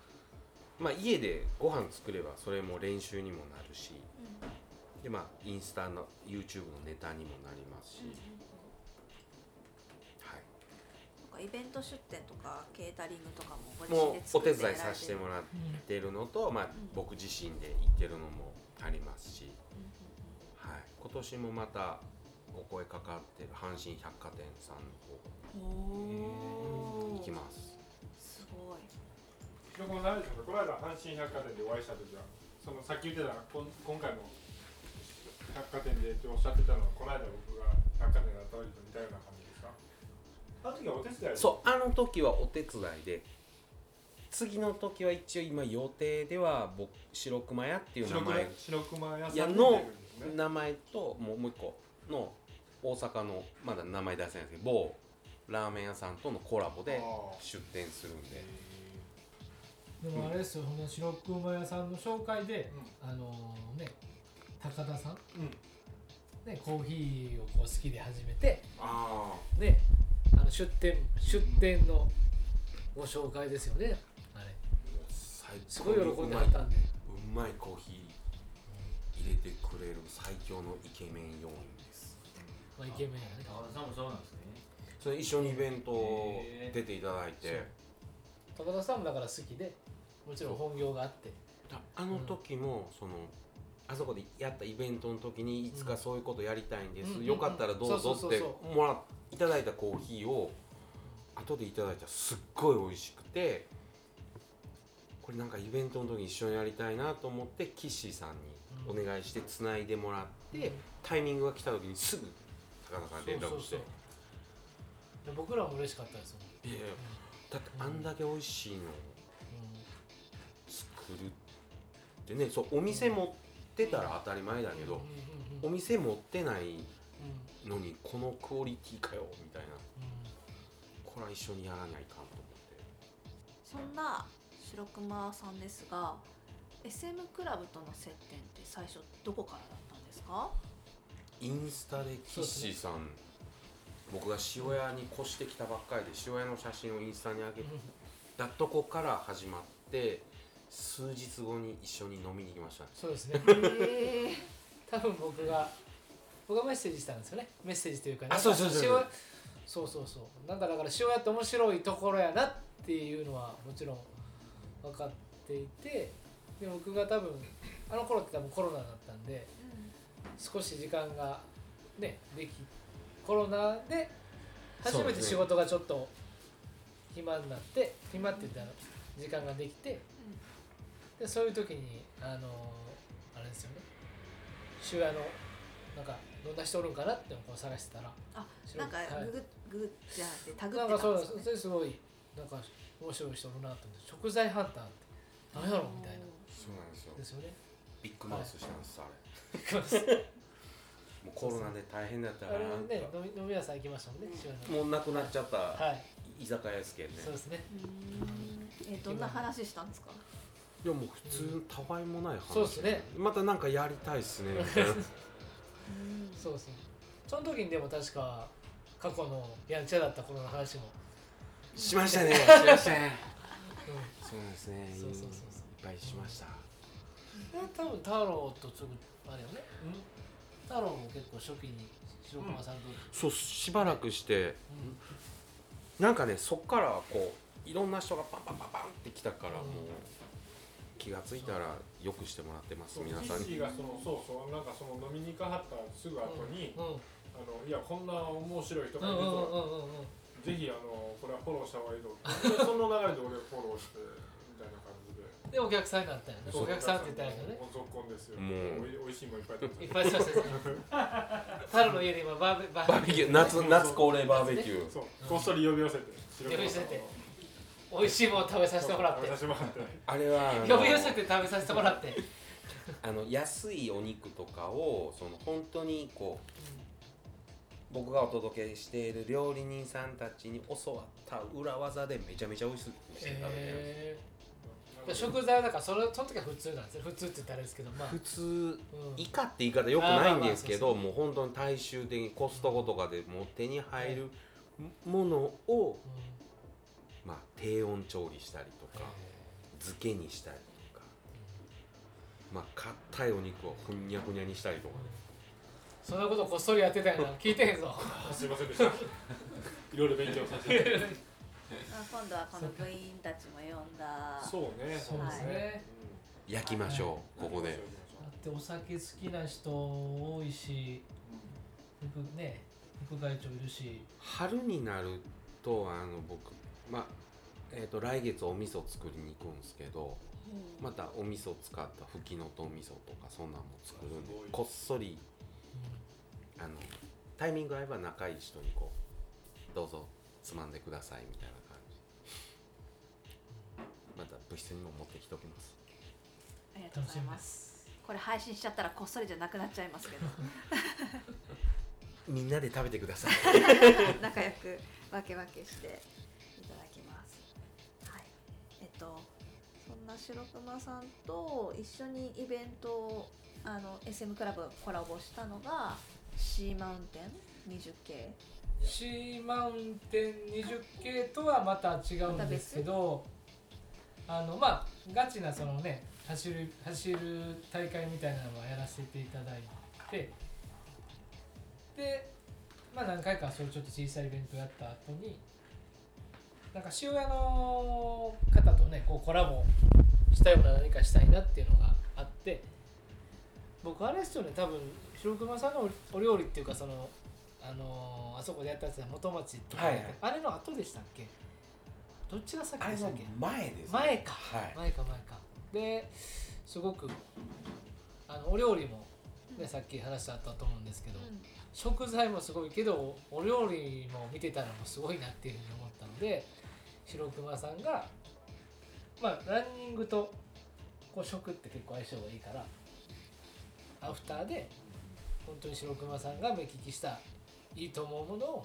[SPEAKER 2] まあ、家でご飯作ればそれも練習にもなるしで、まあ、インスタの YouTube のネタにもなりますし、はい、
[SPEAKER 1] なんかイベント出店とかケータリングとかもご自身
[SPEAKER 2] も
[SPEAKER 1] で
[SPEAKER 2] うお
[SPEAKER 1] 作
[SPEAKER 2] 手
[SPEAKER 1] ってやら
[SPEAKER 2] 伝
[SPEAKER 1] れ
[SPEAKER 2] いさせてもらっ
[SPEAKER 5] うん
[SPEAKER 2] てるのと、まあ、僕自身で行ってるのもありますし、
[SPEAKER 1] うんうんうん
[SPEAKER 2] はい、今年もまたお声かかってる阪神百貨店さんの方
[SPEAKER 1] お
[SPEAKER 2] 行
[SPEAKER 1] ー
[SPEAKER 2] きます。
[SPEAKER 1] すごい。
[SPEAKER 3] でも何でしょうかこの間阪神百貨店でお会いした時はそのさっき言ってたこん今回の百貨店でっておっしゃってたのはこの間僕が百貨店だった時と似たような感じですかあの時はお手伝い
[SPEAKER 2] そうあの時はお手伝いで次の時は一応今予定では僕白熊屋って
[SPEAKER 3] う
[SPEAKER 2] いう名前
[SPEAKER 3] 白熊屋さん
[SPEAKER 2] いや
[SPEAKER 3] に
[SPEAKER 2] の
[SPEAKER 3] 出てるんですね
[SPEAKER 2] 名前ともうもう一個の大阪のまだ名前出せないんですけど某ラーメン屋さんとのコラボで
[SPEAKER 3] あー
[SPEAKER 2] 出店するんで
[SPEAKER 5] でもあれですよ、この白熊屋さんの紹介で、あのね高田さん
[SPEAKER 3] うん、うん、
[SPEAKER 5] ねコーヒーをこう好きで始めて
[SPEAKER 2] あ
[SPEAKER 5] ねあの出店出店のご紹介ですよねあれ
[SPEAKER 2] あ
[SPEAKER 5] すごい喜んではったんで
[SPEAKER 2] うまいコーヒー入れてくれる最強のイケメン要員です
[SPEAKER 5] まあ、イケメンやね
[SPEAKER 7] 高田さんもそうなんですね
[SPEAKER 2] それ一緒にイベント
[SPEAKER 7] へー
[SPEAKER 2] 出ていただいて、
[SPEAKER 5] 高田さんもだから好きでもちろん本業があって
[SPEAKER 2] だあの時も、そのあそこでやったイベントの時にいつかそういうことやりたいんです、
[SPEAKER 5] うん
[SPEAKER 2] よかったらどうぞ
[SPEAKER 5] そ
[SPEAKER 2] っ
[SPEAKER 5] うそう
[SPEAKER 2] て
[SPEAKER 5] そう
[SPEAKER 2] もらいただいたコーヒーを後でいただいたらすっごい美味しくてこれなんかイベントの時に一緒にやりたいなと思ってキッシーさんにお願いしてつないでもらって、タイミングが来た時にすぐ高田さんに連絡して
[SPEAKER 5] そうそうそうで僕らも嬉しかったですよ、
[SPEAKER 2] いやいやだってあんだけ美味しいのを
[SPEAKER 5] う
[SPEAKER 2] 作るってねそうお店持ってたら当たり前だけど、
[SPEAKER 5] んうんうんうんう
[SPEAKER 2] お
[SPEAKER 5] ん
[SPEAKER 2] 店持ってない
[SPEAKER 5] うん
[SPEAKER 2] のにこのクオリティかよみたいな
[SPEAKER 5] うん
[SPEAKER 2] これは一緒にやらないかんと思って
[SPEAKER 1] そんな白熊さんですが SM クラブとの接点って最初どこからだったんですか
[SPEAKER 2] インスタでキッシーさん、僕が塩屋に越してきたばっかりで塩屋の写真をインスタに上げたとこから始まって数日後に一緒に飲みに行きましたね
[SPEAKER 5] そうですね多分僕が僕がメッセージしたんですよねメッセージというか、ね、
[SPEAKER 2] あそうそうそうそう
[SPEAKER 5] 塩そうそうそうなんかだから塩屋って面白いところやなっていうのはもちろん分かっていてで僕が多分あの頃って多分コロナだったんで少し時間がねできコロナで初
[SPEAKER 2] そう
[SPEAKER 5] め
[SPEAKER 2] で
[SPEAKER 5] て
[SPEAKER 2] すね
[SPEAKER 5] 仕事がちょっと暇になって、暇って言ったら時間ができて、でそういう時にあのーあれですよね主屋のなんかどんな人おるんかなってのをこう探してたら
[SPEAKER 1] あ
[SPEAKER 5] 白
[SPEAKER 1] なんか
[SPEAKER 5] はい
[SPEAKER 1] ググッグッじゃなくてタグっ
[SPEAKER 5] なん
[SPEAKER 1] て
[SPEAKER 5] か
[SPEAKER 1] た
[SPEAKER 5] そ
[SPEAKER 1] んで
[SPEAKER 5] うです
[SPEAKER 1] よね
[SPEAKER 5] それすごいなんか面白い人おるなと思って食材ハンターって何やろみたいな
[SPEAKER 2] そうなんですよ
[SPEAKER 5] ですよね
[SPEAKER 2] ビッグマウスしたんですあれ もうコロナで大変だった
[SPEAKER 5] あ
[SPEAKER 2] から
[SPEAKER 5] れね飲み飲み屋さん行きましたもんね塩屋の
[SPEAKER 2] もうなくなっちゃった
[SPEAKER 5] はい
[SPEAKER 2] 居酒屋ですけどね
[SPEAKER 5] そうですね
[SPEAKER 1] うんえどんな話したんですか
[SPEAKER 2] いやもう普通たわいもない話
[SPEAKER 5] そうっすね
[SPEAKER 2] またなんかやりたいっすね みたいな
[SPEAKER 5] そうそうその時にでも確か過去のやんちゃだった頃の話も、
[SPEAKER 2] しましたねしましたね
[SPEAKER 5] う
[SPEAKER 2] そうなんですね
[SPEAKER 5] そうそうそうそう
[SPEAKER 2] いっぱいしました
[SPEAKER 5] ん、で多分太郎とすぐあれよね太郎も結構初期に白熊さんと、
[SPEAKER 2] そうしばらくして
[SPEAKER 5] うん
[SPEAKER 2] なんかねそっからこういろんな人がパンパンパンパンって来たからもう気がついたらよくしてもらってます
[SPEAKER 3] そう
[SPEAKER 2] 皆さんに
[SPEAKER 3] キッシーがそのそうそうなんかその飲みに行かはったすぐ後に、
[SPEAKER 5] うん
[SPEAKER 3] あのいやこんな面白い人
[SPEAKER 5] う
[SPEAKER 3] がい
[SPEAKER 5] ん
[SPEAKER 3] る
[SPEAKER 5] うんうん
[SPEAKER 3] と、
[SPEAKER 5] うんうん
[SPEAKER 3] ぜひあのこれはフォローした方がいいと思ってその流れで俺フォローしてみたいな感じで
[SPEAKER 5] でお客さんになったよねお客さんって言ったらいいのね
[SPEAKER 3] もう続婚ですよ。
[SPEAKER 2] もう
[SPEAKER 3] おいおいしいもんいっぱい食べて
[SPEAKER 5] いっぱいしましたねタルの家で今バーベバ
[SPEAKER 2] バーベキュー夏夏恒例バーベキュー
[SPEAKER 3] そう、こっそり呼び寄せて。
[SPEAKER 5] 呼び寄せて美味しいもの食べさせてもらって
[SPEAKER 3] させてもらっ て。
[SPEAKER 2] あれはあの
[SPEAKER 5] 呼び寄せて食べさせてもらって
[SPEAKER 2] あの安いお肉とかをその本当にこう僕がお届けしている料理人さんたちに教わった裏技でめちゃめちゃ美味しくして食べてるんです、
[SPEAKER 5] えー、食材だからそれその時は普通なんですね普通って言ったらあれですけどまあ、
[SPEAKER 2] 普通
[SPEAKER 5] うん
[SPEAKER 2] イカって言い方よくないんですけ
[SPEAKER 5] あ
[SPEAKER 2] ど
[SPEAKER 5] ー
[SPEAKER 2] もう本当に大衆的にコストコとかでもう手に入るものを、
[SPEAKER 5] う
[SPEAKER 2] まあ、低温調理したりと
[SPEAKER 5] ん
[SPEAKER 2] か漬けにしたりとか、まあ、硬いお肉をふにゃふにゃにしたりとかね
[SPEAKER 5] そんなことこっそりやってたよな聞いてへんぞ
[SPEAKER 3] すいません でした。いろいろ勉強させて。
[SPEAKER 1] あ今度はこの部員たちも呼んだ
[SPEAKER 3] そうね。
[SPEAKER 5] そうですね、
[SPEAKER 2] 焼きましょう、ここで。
[SPEAKER 5] だってお酒好きな人多いし副ね副会長いるし
[SPEAKER 2] 春になるとあの僕まあえー、と来月お味噌作りに行くんですけど
[SPEAKER 1] うん
[SPEAKER 2] またお味噌使ったふきのと味噌とかそんなんも作るんです
[SPEAKER 3] ごい
[SPEAKER 2] こっそりあのタイミング合えば仲いい人にこうどうぞつまんでくださいみたいな感じまた部室にも持ってきておきます
[SPEAKER 1] ありがとうございますこれ配信しちゃったらこっそりじゃなくなっちゃいますけど
[SPEAKER 2] みんなで食べてください
[SPEAKER 1] 仲良く分け分けしていただきますはいえっとそんな白熊さんと一緒にイベントをあの SM クラブコラボしたのがシーマウンテン 20K
[SPEAKER 5] シーマウンテン 20K とはまた違うんですけど、あのまあガチなそのね走る走る大会みたいなのはやらせていただいてでまあ何回かそういうちょっと小さいイベントやった後になんか塩屋の方とねこうコラボしたような何かしたいなっていうのがあって僕あれですよね多分白熊さんのおお料理っていうかそのあのーあそこでやったやつは元町とか、
[SPEAKER 2] はいはい
[SPEAKER 5] あれの後でしたっけどっちが先でしたっけ
[SPEAKER 2] 前です、
[SPEAKER 5] 前か、
[SPEAKER 2] はい
[SPEAKER 5] 前か前かですごくあのお料理も、ねさっき話したあったと思うんですけど、食材もすごいけどおお料理も見てたらもうすごいなっていうふうに思ったので白熊さんがまあランニングとこう食って結構相性がいいからアフターで本当に白熊さんが目利きしたいいと思うものを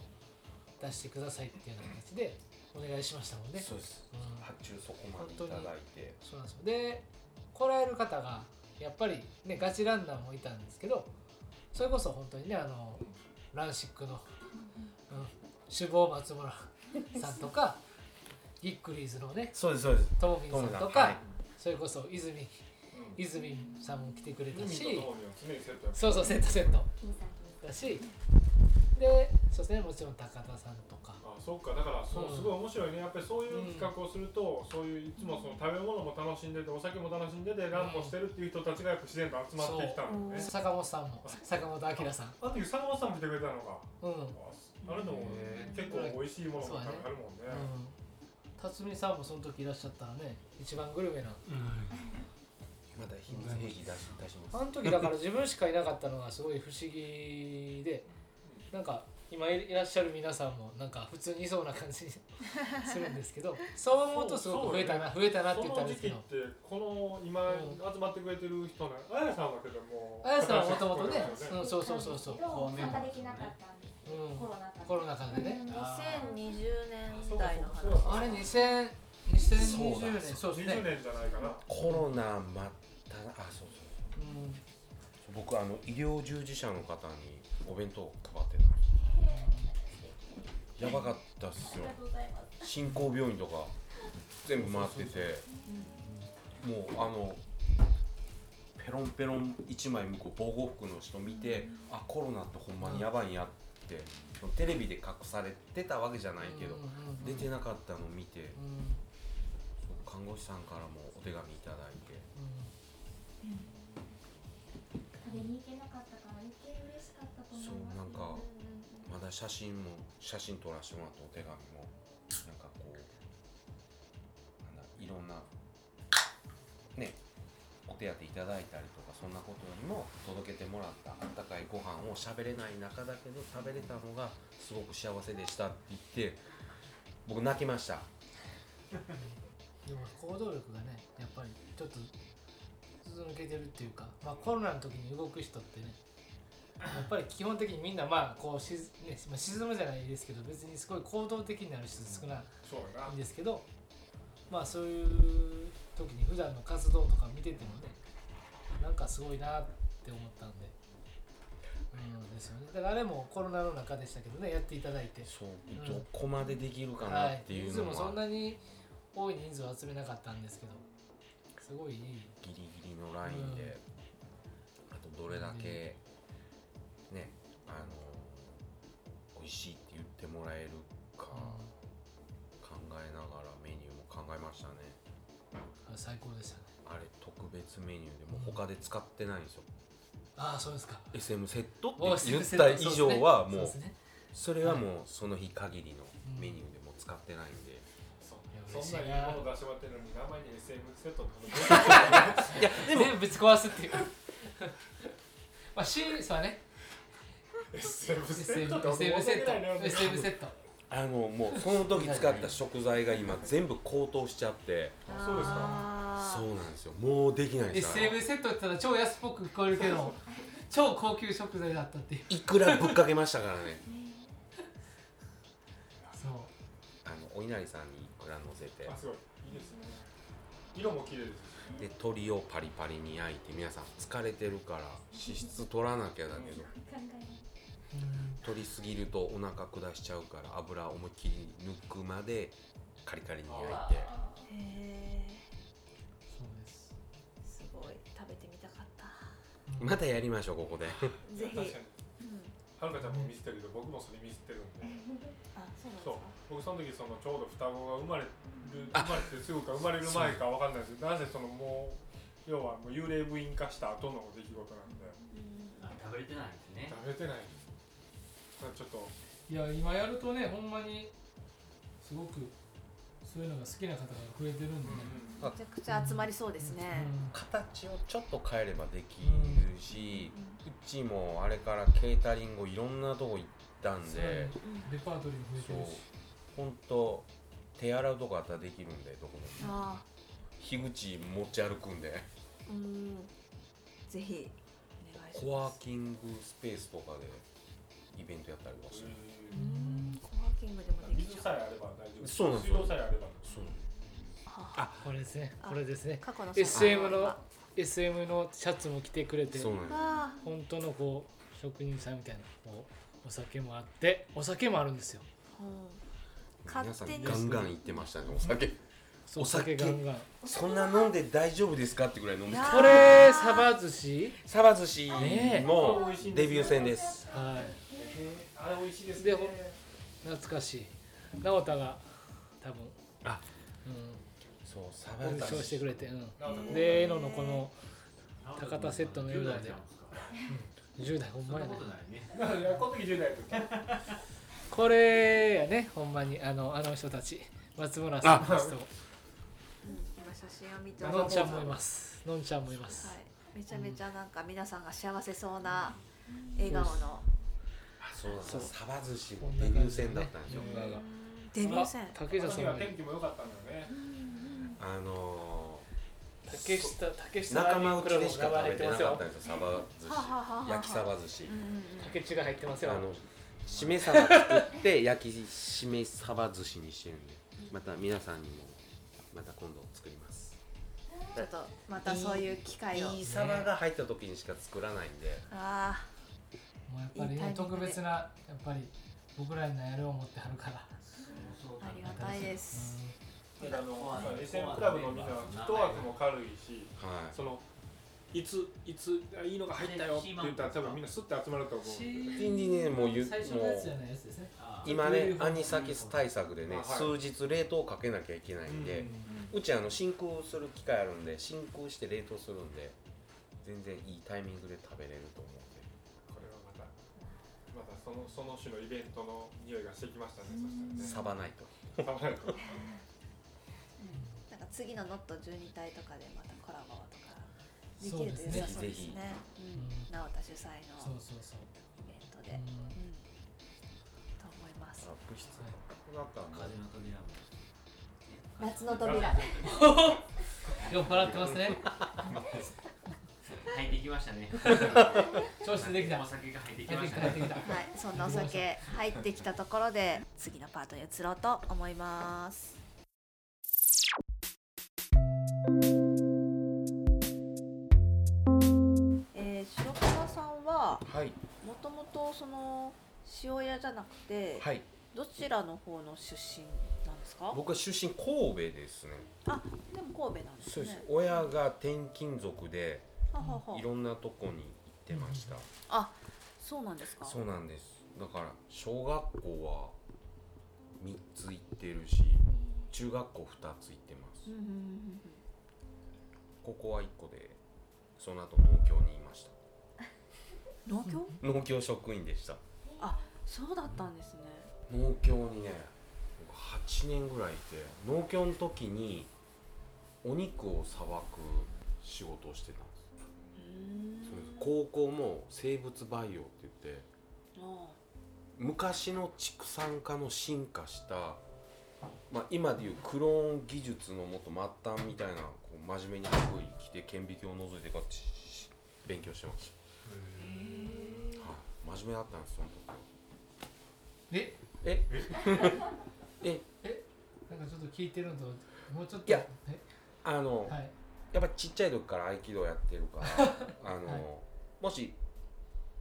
[SPEAKER 5] 出してくださいっていうような形でお願いしましたもんね。
[SPEAKER 2] そうです
[SPEAKER 5] うん
[SPEAKER 2] 発注そこ
[SPEAKER 5] までいただい
[SPEAKER 2] て
[SPEAKER 5] そうなんですよで来られる方がやっぱりねガチランナーもいたんですけどそれこそ本当にねあのランシックの、うん、首謀松村さんと かギックリーズのね
[SPEAKER 2] そうですそうです
[SPEAKER 5] ともみんさん
[SPEAKER 2] ト
[SPEAKER 5] と
[SPEAKER 2] モさん
[SPEAKER 5] か、
[SPEAKER 2] はい
[SPEAKER 5] それこそ泉泉さんも来てくれたし
[SPEAKER 3] 海とトモミを常にセットやって
[SPEAKER 5] そうそうセットセット
[SPEAKER 6] 金さん金
[SPEAKER 5] だしでそうですねもちろん高田さんとか
[SPEAKER 3] あそうかだからそううんすごい面白いねやっぱりそういう企画をすると、そういういつもその食べ物も楽しんでてお酒も楽しんでてランもしてるっていう人たちがやっぱ自然と集まってきたのね、
[SPEAKER 5] 坂本さんも坂本明さん
[SPEAKER 3] あと湯沢さんも来てくれたのか
[SPEAKER 5] うん、う
[SPEAKER 3] ああれでも
[SPEAKER 2] へ
[SPEAKER 3] 結構美味しいものもたくさんあるもんね
[SPEAKER 5] ん、辰巳さんもその時いらっしゃったらね一番グルメな
[SPEAKER 2] また秘密兵器出し出します
[SPEAKER 5] あの時だから自分しかいなかったのがすごい不思議でなんか今いらっしゃる皆さんもなんか普通にい そうな感じするんですけどそう思うとすごく増えたな増えたなって言った
[SPEAKER 3] その
[SPEAKER 5] んで
[SPEAKER 3] 時
[SPEAKER 5] す
[SPEAKER 3] 期
[SPEAKER 5] け
[SPEAKER 3] って
[SPEAKER 5] ど
[SPEAKER 3] この今
[SPEAKER 5] う
[SPEAKER 3] 集まってくれてる人ねあやさんだけども
[SPEAKER 5] あやさんはもともとね
[SPEAKER 3] 新しい人だよ
[SPEAKER 5] うんそうそうそうそう
[SPEAKER 6] 参加できなかったんですけど、
[SPEAKER 5] うん
[SPEAKER 6] コロナ禍で
[SPEAKER 5] コロナ禍でね
[SPEAKER 7] あー
[SPEAKER 1] 2020年代の話
[SPEAKER 5] あれ2000 2020年そうです
[SPEAKER 3] 20
[SPEAKER 5] ね、
[SPEAKER 3] 年じゃないかな
[SPEAKER 2] コロナまったなあそうそう
[SPEAKER 5] うん、
[SPEAKER 2] そう僕あの医療従事者の方にお弁当を配ってたやばかったっす
[SPEAKER 6] あり
[SPEAKER 2] よ
[SPEAKER 6] がとうございます
[SPEAKER 2] 新興病院とか全部回っててもうあのペロンペロン1枚向こう防護服の人見てあコロナってほんまにやばいんやってそのテレビで隠されてたわけじゃないけど
[SPEAKER 5] うんうんうんうん
[SPEAKER 2] 出てなかったの見て
[SPEAKER 5] うんうん
[SPEAKER 2] そう看護師さんからもお手紙いただいて
[SPEAKER 6] 食べに行けなかったから余計嬉しかったと思います
[SPEAKER 2] そうなんか
[SPEAKER 6] う
[SPEAKER 2] まだ写真も写真撮らせてもらったお手紙もなんかこうなんだいろんな手当ていただいたりとかそんなことよりも届けてもらったあったかいご飯を喋れない中だけど食べれたのがすごく幸せでしたって言って僕泣きました
[SPEAKER 5] でも行動力がねやっぱりちょっとず抜けてるっていうか、まあ、コロナの時に動く人ってねやっぱり基本的にみんなまあこうしず、ねまあ、沈むじゃないですけど別にすごい行動的になる人少ない
[SPEAKER 3] そうやな、
[SPEAKER 5] んですけどまあそういう時に普段の活動とか見ててもねなんかすごいなって思ったんで。うんですよね、だからあれもコロナの中でしたけどねやっていただいて
[SPEAKER 2] そう
[SPEAKER 5] うん
[SPEAKER 2] どこまでできるかなっていうの
[SPEAKER 5] はい、人数もそ
[SPEAKER 2] は
[SPEAKER 5] んなに多い人数は集めなかったんですけどすごいいい
[SPEAKER 2] ギリギリのラインで、あとどれだけねあの美味しいって言ってもらえるか考えながらメニューも考えましたね
[SPEAKER 5] あ最高でしたね
[SPEAKER 2] あれ特別メニューでもう他で使ってないんですよ
[SPEAKER 5] ああそうですか
[SPEAKER 2] SM セット
[SPEAKER 5] お
[SPEAKER 2] って言っ
[SPEAKER 5] すい
[SPEAKER 2] た
[SPEAKER 5] ません
[SPEAKER 2] 以上はも
[SPEAKER 5] そうで
[SPEAKER 2] う
[SPEAKER 5] すね
[SPEAKER 2] それはもうその日限りの
[SPEAKER 5] うん
[SPEAKER 2] メニューでもう使ってないんで
[SPEAKER 5] そうです
[SPEAKER 3] そん
[SPEAKER 5] ね
[SPEAKER 3] ないにいい
[SPEAKER 5] や
[SPEAKER 3] もの出してもらってるのに名前に SM セットってこと
[SPEAKER 2] いや
[SPEAKER 5] 嬉しいな全部ぶち壊すっていう まあ C そうだね
[SPEAKER 3] SM セッ
[SPEAKER 5] SM セ
[SPEAKER 3] ト
[SPEAKER 5] ッ
[SPEAKER 3] って
[SPEAKER 5] ト
[SPEAKER 3] 思
[SPEAKER 5] SM
[SPEAKER 3] う
[SPEAKER 5] セ
[SPEAKER 3] ぐらいの
[SPEAKER 5] ット SM セット
[SPEAKER 2] あのもうその時使った食材が今全部高騰しちゃって
[SPEAKER 3] あそうですか
[SPEAKER 1] あー
[SPEAKER 2] そうなんですよもうできないですあれ
[SPEAKER 5] SM セットって言ったら超安っぽく聞こえるけど 超高級食材だったっていう
[SPEAKER 2] いくらぶっかけましたからね
[SPEAKER 5] そう
[SPEAKER 2] あのお稲荷さんにいくら乗せて
[SPEAKER 3] あすごいいいですね色も綺麗ですし
[SPEAKER 2] で鶏をパリパリに焼いて皆さん疲れてるから脂質取らなきゃだけど
[SPEAKER 6] 考えない
[SPEAKER 5] うん
[SPEAKER 2] 取りすぎるとお腹下しちゃうから油思いっきり抜くまでカリカリに焼いて
[SPEAKER 1] へー
[SPEAKER 5] そうです
[SPEAKER 1] すごい食べてみたかった
[SPEAKER 2] またやりましょうここで
[SPEAKER 1] ぜ
[SPEAKER 3] 確
[SPEAKER 1] ひ、
[SPEAKER 3] かに
[SPEAKER 1] うん、
[SPEAKER 3] はるかちゃんも見せてるけど僕もそれ見せてるんで
[SPEAKER 1] あそうなんですか
[SPEAKER 3] そう僕その時そのちょうど双子が生まれる生まれてすぐか生まれる前かわかんないですけどなぜそのもう要はもう幽霊部員化した後の出来事なんで
[SPEAKER 7] あ食べれてないんですね
[SPEAKER 3] 食べてないですこれちょっと
[SPEAKER 5] いや今やるとねほんまにすごくそういうのが好きな方が増えてるんでね、
[SPEAKER 1] めちゃくちゃ集まりそうですね、
[SPEAKER 2] 形をちょっと変えればできるしうちもあれからケータリングをいろんなとこ行ったん
[SPEAKER 5] さら
[SPEAKER 2] で
[SPEAKER 5] にレパートリー
[SPEAKER 2] そう
[SPEAKER 5] も増えてるし
[SPEAKER 2] 本当手洗うとこあったらできるんでどこでも
[SPEAKER 1] あ
[SPEAKER 2] 樋口持ち歩くんで
[SPEAKER 1] ーうんぜひお願いします
[SPEAKER 2] コワーキングスペースとかでイベントやったりとかして
[SPEAKER 1] うんコワーキングでもでき
[SPEAKER 3] 水
[SPEAKER 1] ちゃ
[SPEAKER 3] さ
[SPEAKER 1] う
[SPEAKER 3] えあれば大丈夫
[SPEAKER 2] そうなんです
[SPEAKER 3] 水
[SPEAKER 2] よ
[SPEAKER 3] 道さえあれば
[SPEAKER 2] そう
[SPEAKER 1] あ
[SPEAKER 5] これですね
[SPEAKER 1] あ
[SPEAKER 5] これですね
[SPEAKER 1] 過去の
[SPEAKER 5] SM
[SPEAKER 1] あ
[SPEAKER 5] の SM のシャツも着てくれて
[SPEAKER 2] そうなんです
[SPEAKER 1] あー
[SPEAKER 5] 本当のこう職人さんみたいなこうお酒もあってお酒もあるんですよ
[SPEAKER 1] うん
[SPEAKER 2] 皆さ
[SPEAKER 1] 勝手
[SPEAKER 2] ん
[SPEAKER 1] に
[SPEAKER 2] ガンガン行ってましたねお酒
[SPEAKER 5] そう
[SPEAKER 2] お酒
[SPEAKER 5] ガンガン
[SPEAKER 2] そんな飲んで大丈夫ですかってぐらい飲んで
[SPEAKER 1] いや
[SPEAKER 5] これサバ寿司
[SPEAKER 2] サバ寿司
[SPEAKER 5] ねえ
[SPEAKER 2] もデビュー戦です
[SPEAKER 5] は
[SPEAKER 3] あれ美味しいです
[SPEAKER 5] ね
[SPEAKER 3] ね
[SPEAKER 5] い懐かしい直太が多分
[SPEAKER 2] あ
[SPEAKER 5] う
[SPEAKER 2] そうサ
[SPEAKER 5] ん優
[SPEAKER 2] バ
[SPEAKER 5] 勝
[SPEAKER 2] 寿
[SPEAKER 5] して
[SPEAKER 2] 司
[SPEAKER 5] くれてうん
[SPEAKER 3] なるほど
[SPEAKER 5] でエロのこの
[SPEAKER 7] 高
[SPEAKER 5] 高田セットのようなんで10代ほん
[SPEAKER 7] そん
[SPEAKER 5] ま
[SPEAKER 7] な
[SPEAKER 5] やね
[SPEAKER 7] ことないね
[SPEAKER 3] いやこの時10代の時
[SPEAKER 5] これやねほんまにあのあの人たち松村さんの人
[SPEAKER 1] 今写真を見て
[SPEAKER 5] のんちゃんもいますのんちゃんもいます、
[SPEAKER 1] はい、めちゃめちゃなんか皆さんが幸せそうな笑顔の
[SPEAKER 2] あそうなんです
[SPEAKER 5] そう
[SPEAKER 2] サバ寿司もデビュー戦だったんですよ
[SPEAKER 5] こんな感じね
[SPEAKER 1] デビュー戦
[SPEAKER 5] 竹下さん
[SPEAKER 3] は
[SPEAKER 5] も
[SPEAKER 3] 天気も良かったんだよね
[SPEAKER 2] あの
[SPEAKER 5] 竹下竹
[SPEAKER 2] ー
[SPEAKER 5] 下
[SPEAKER 2] 仲間内でしか食べてなかった
[SPEAKER 5] よ
[SPEAKER 2] んですよサバ寿
[SPEAKER 1] はあはあはあは
[SPEAKER 2] 司
[SPEAKER 1] あ
[SPEAKER 2] 焼きサバ寿司
[SPEAKER 5] 竹内が入ってます
[SPEAKER 2] あ
[SPEAKER 5] よ
[SPEAKER 2] のしめ鯖作って 焼きしめ鯖寿司にしてるんでまた皆さんにもまた今度作ります
[SPEAKER 1] ちょっとまたそういう機会を
[SPEAKER 2] いい鯖が入った時にしか作らないんで
[SPEAKER 1] ああ
[SPEAKER 5] もうやっぱりね特別なやっぱり僕らに悩みを持ってはるから
[SPEAKER 1] ありがたいです
[SPEAKER 3] だからあの SM クラブのみんなは一枠も軽いし
[SPEAKER 2] はい
[SPEAKER 3] そのいついつあいいのが入ったよって言ったら多分みんなすって集まると思う
[SPEAKER 2] 当にねもうゆ
[SPEAKER 5] 最初のやつじゃないやつですね
[SPEAKER 2] 今ねアニサキ
[SPEAKER 5] キ
[SPEAKER 2] ス対策でね、
[SPEAKER 3] あはい
[SPEAKER 2] 数日冷凍かけなきゃいけないんで、うちあの真空する機械あるんで真空して冷凍するんで全然いいタイミングで食べれると思うんで
[SPEAKER 3] これはまたまたそのその種のイベントの匂いがしてきましたねそし
[SPEAKER 2] サバないと
[SPEAKER 3] たらね
[SPEAKER 1] なんか次のノット12体とかでまたコラボとかできると良さそう
[SPEAKER 2] ぜ
[SPEAKER 1] で
[SPEAKER 2] ひ
[SPEAKER 1] す
[SPEAKER 2] ぜひ
[SPEAKER 1] ね。
[SPEAKER 5] う
[SPEAKER 1] うん、直田主催
[SPEAKER 5] そう
[SPEAKER 1] の
[SPEAKER 5] そうそう
[SPEAKER 1] イベントで、
[SPEAKER 5] う
[SPEAKER 1] うんん、と思います。
[SPEAKER 2] 部室
[SPEAKER 5] はい
[SPEAKER 2] こうなったら
[SPEAKER 7] 風の扉も
[SPEAKER 6] 夏の扉。
[SPEAKER 8] 酔っ払ってますね。
[SPEAKER 7] 入ってきまし たね
[SPEAKER 8] 調子出てきた。
[SPEAKER 7] お
[SPEAKER 8] 入
[SPEAKER 7] 酒が入ってき
[SPEAKER 8] っ
[SPEAKER 7] ま
[SPEAKER 8] て
[SPEAKER 7] し
[SPEAKER 8] き
[SPEAKER 7] た
[SPEAKER 8] た、入って
[SPEAKER 7] ね
[SPEAKER 8] きた。
[SPEAKER 1] はい、そんなお酒入ってきたところで次のパートに移ろうと思います。えー、白川さんは
[SPEAKER 2] はい
[SPEAKER 1] もともとその塩屋じゃなくて、
[SPEAKER 2] はい
[SPEAKER 1] どちらの方の出身なんですか？
[SPEAKER 2] 僕は出身神戸ですね
[SPEAKER 1] あ、でも神戸なんです
[SPEAKER 2] そう
[SPEAKER 1] ね。
[SPEAKER 2] です親が転勤族で
[SPEAKER 1] はははい
[SPEAKER 2] ろんなとこに行ってました
[SPEAKER 1] あ、そうなんですか。
[SPEAKER 2] そうなんですだから小学校は3つ行ってるし中学校2つ行ってま
[SPEAKER 1] う
[SPEAKER 2] す
[SPEAKER 1] んうんうんうん。
[SPEAKER 2] 高校は1個でその後農協にいました
[SPEAKER 1] 農協？
[SPEAKER 2] 農協職員でした
[SPEAKER 1] そうだったんですね。
[SPEAKER 2] 農協にね僕8年ぐらいいて農協の時にお肉をさばく仕事をしてたんです
[SPEAKER 1] うーん。
[SPEAKER 2] そうです高校も生物培養って言って
[SPEAKER 1] あ
[SPEAKER 2] 昔の畜産化の進化した、まあ、今でいうクローン技術のもっと末端みたいなこう真面目に白衣着て顕微鏡を覗いてこうやってシッシッ勉強してました、はい、真面目だったんですその時は
[SPEAKER 5] え
[SPEAKER 2] ええ
[SPEAKER 5] なんかちょっと聞いてるのともうちょっと
[SPEAKER 2] いや
[SPEAKER 5] え
[SPEAKER 2] あの、
[SPEAKER 5] はい
[SPEAKER 2] やっぱちっちゃい時から合気道やってる からあの、
[SPEAKER 5] はい
[SPEAKER 2] もし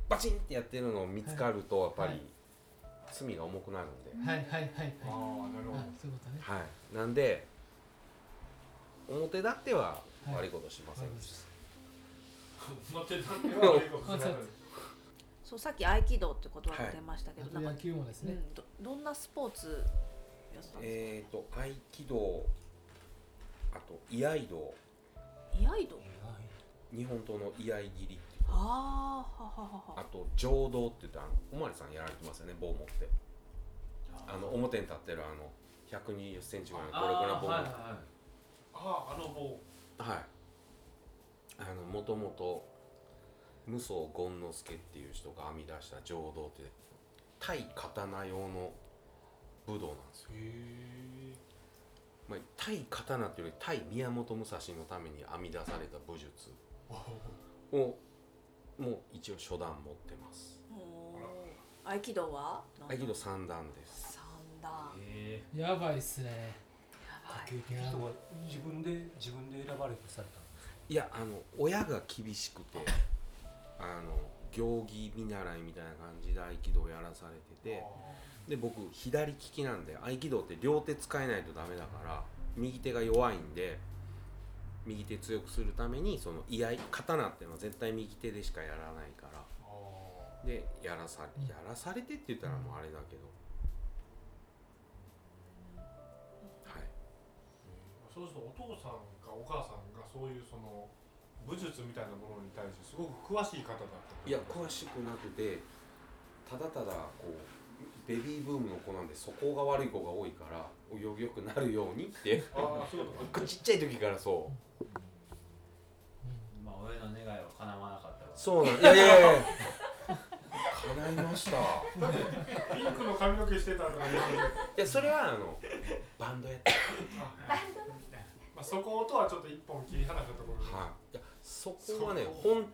[SPEAKER 2] バチンってやってるのを見つかるとやっぱ
[SPEAKER 5] は
[SPEAKER 2] り
[SPEAKER 5] い
[SPEAKER 2] 罪が重くなるんで、
[SPEAKER 5] はいはいはいはい
[SPEAKER 3] ああなるほど
[SPEAKER 5] あそういうことね
[SPEAKER 2] はい、なんで表立っては悪いことしません、
[SPEAKER 5] はい
[SPEAKER 3] 待ってたんでは悪いことしない
[SPEAKER 1] ーそうさっき合気道って言葉が出ましたけ
[SPEAKER 5] あ
[SPEAKER 1] ど、
[SPEAKER 5] と
[SPEAKER 1] な
[SPEAKER 5] 野
[SPEAKER 1] んか、
[SPEAKER 5] 球もです
[SPEAKER 1] う
[SPEAKER 5] ね、
[SPEAKER 1] ん、どどんなスポーツやってたんです
[SPEAKER 2] えっ、ー、と合気道あと居合道
[SPEAKER 1] か？居合道？
[SPEAKER 2] 日本刀の居合斬り
[SPEAKER 1] ああ、ははは
[SPEAKER 2] あ
[SPEAKER 1] は。
[SPEAKER 2] と浄道って言ってあのおまりさんやられてますよね棒持ってあの表に立ってるあの120センチぐらいのこれぐらいの棒持
[SPEAKER 7] あーはい
[SPEAKER 2] って
[SPEAKER 7] はいはい
[SPEAKER 3] あああの棒
[SPEAKER 2] はいあのもともと無双権之助っていう人が編み出した浄土って対刀用の武道なんですよ、まあ、対刀っていうより対宮本武蔵のために編み出された武術をもう一応初段持ってます
[SPEAKER 1] おー合気道は？
[SPEAKER 2] 合気道三段です
[SPEAKER 1] 三段。
[SPEAKER 7] へ
[SPEAKER 5] やばいっすね
[SPEAKER 4] 経験人は自分で自分で選ばれてされたん
[SPEAKER 2] いやあの親が厳しくてあの行儀見習いみたいな感じで合気道をやらされててで僕左利きなんで合気道って両手使えないとダメだから右手が弱いんで右手強くするためにその居合刀っていうのは絶対右手でしかやらないからでやらさやらされてって言ったらもうあれだけど、はい
[SPEAKER 3] そうするとお父さんかお母さんがそういうその武術みたいなものに対してすごく詳しい方だったって
[SPEAKER 2] いや詳しくなくてただただこうベビーブームの子なんで素行が悪い子が多いからお行儀よくなるようにって
[SPEAKER 3] ああそういうこと
[SPEAKER 2] 僕ちっちゃい時からそう
[SPEAKER 7] ーまあ親の願いは叶わなかったわ
[SPEAKER 2] そうなんいやいやいや叶いましたい
[SPEAKER 3] ピンクの髪の毛してたんだけ ど、
[SPEAKER 2] やそれはあのバンドやって
[SPEAKER 3] まあ、そことはちょっと一本切り離したところで、
[SPEAKER 2] はいいやそこはね
[SPEAKER 3] そこ
[SPEAKER 2] 本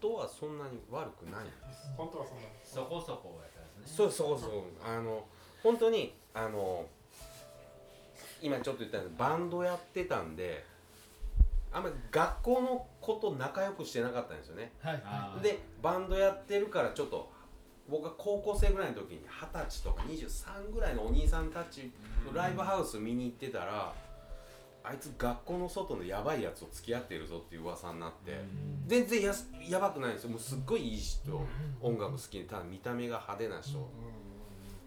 [SPEAKER 2] 当はそんなに悪くない
[SPEAKER 3] 本当はそんな
[SPEAKER 7] そこそこやったんですね
[SPEAKER 2] そうそうそうあの本当にあの今ちょっと言ったようにバンドやってたんであんまり学校の子と仲良くしてなかったんですよね
[SPEAKER 5] はい
[SPEAKER 7] あ
[SPEAKER 5] は
[SPEAKER 7] ー
[SPEAKER 2] でバンドやってるからちょっと僕が高校生ぐらいの時に二十歳とか23ぐらいのお兄さんたちのライブハウス見に行ってたらあいつ学校の外のやばいやつと付き合ってるぞっていう噂になって
[SPEAKER 5] ん
[SPEAKER 2] 全然やすやばくないんですよもうすっごいいい人音楽好きでただ見た目が派手な人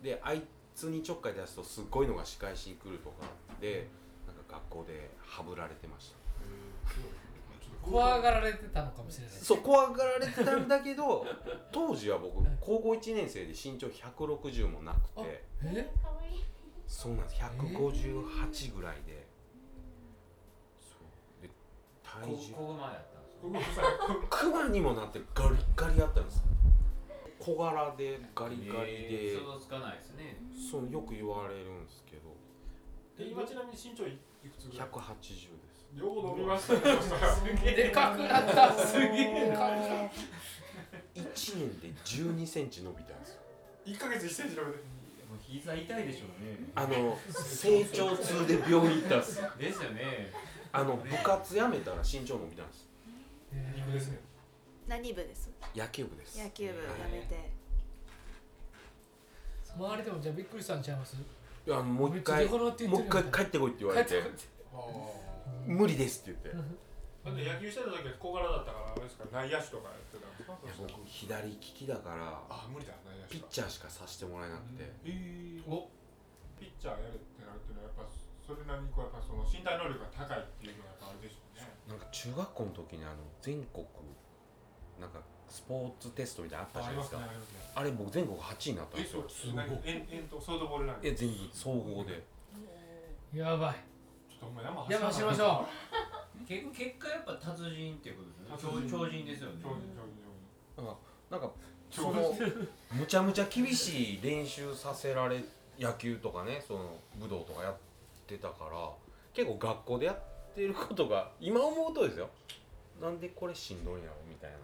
[SPEAKER 2] であいつにちょっかい出すとすっごいのが仕返しに来るとかでなんか学校でハブられてました
[SPEAKER 5] い怖がられてたのかもしれない
[SPEAKER 2] そう怖がられてたんだけど 当時は僕高校1年生で身長160もなくて
[SPEAKER 5] え
[SPEAKER 6] かわいい。
[SPEAKER 2] そうなんです158ぐらいでそうで体
[SPEAKER 7] こ
[SPEAKER 2] 重
[SPEAKER 7] ここまでやったんですよ
[SPEAKER 3] ごめんなさい
[SPEAKER 2] クマにもなってガリガリやったんです小柄でガリガリで、
[SPEAKER 7] えー想像つかないですね
[SPEAKER 2] そうよく言われるんですけど
[SPEAKER 3] え今ちなみに身長いいくつぐらい
[SPEAKER 2] 180です
[SPEAKER 3] よう伸びましたねすげえ
[SPEAKER 5] でかくなったすげえでかくな
[SPEAKER 2] 1
[SPEAKER 5] った
[SPEAKER 2] 年で1 2センチ伸びたんですよ
[SPEAKER 3] 1ヶ月1センチ伸びて
[SPEAKER 7] もう膝痛いでしょうね
[SPEAKER 2] あの成長痛で病院行ったんです
[SPEAKER 7] ですよね
[SPEAKER 2] あの部活やめたら身長伸びたんです
[SPEAKER 3] 肉ですね
[SPEAKER 1] 何部です
[SPEAKER 2] 野球部です
[SPEAKER 1] 野球部やめて
[SPEAKER 5] 周りでもじゃあびっくりしたんちゃいます
[SPEAKER 2] いやもう一回
[SPEAKER 5] めっちゃデコ
[SPEAKER 2] も
[SPEAKER 5] 乗
[SPEAKER 2] う
[SPEAKER 5] って言ってる
[SPEAKER 2] 一回帰ってこいって言われて「無理です」って言って
[SPEAKER 3] だって野球してた時は小柄だったからあれですか内野手とかやってたんですか
[SPEAKER 2] いや僕左利きだから
[SPEAKER 3] あ無理だ内野
[SPEAKER 2] ピ
[SPEAKER 3] 手
[SPEAKER 2] ッチャーしかさせてもらえなくて
[SPEAKER 3] え
[SPEAKER 7] お
[SPEAKER 3] ピッチャーやるってなるっていうのはやっぱそれなりにこうやっぱその身体能力が高いっていうのはやっぱあれでしょうね
[SPEAKER 2] なんか中学校の時にあの全国なんかスポーツテストみたいなのあったじゃないですか
[SPEAKER 3] ありますね
[SPEAKER 2] あれ僕全国8位になったん
[SPEAKER 3] え
[SPEAKER 2] です
[SPEAKER 3] そう
[SPEAKER 2] よ
[SPEAKER 3] 何ええとソードボールなん
[SPEAKER 2] え
[SPEAKER 3] で
[SPEAKER 2] 全部総合で
[SPEAKER 5] やばい
[SPEAKER 3] ちょっとお前山
[SPEAKER 5] 山走りまし
[SPEAKER 3] う
[SPEAKER 5] ょ
[SPEAKER 7] 結局結果やっぱ達人っていうことですよね
[SPEAKER 3] 達人
[SPEAKER 7] 超超人ですよね
[SPEAKER 3] 超人超人
[SPEAKER 2] なんか
[SPEAKER 3] 超
[SPEAKER 2] そのむちゃむちゃ厳しい練習させられ野球とかねその武道とかやってたから結構学校でやってることが今思うとですよなんでこれしんどいんやろみたいな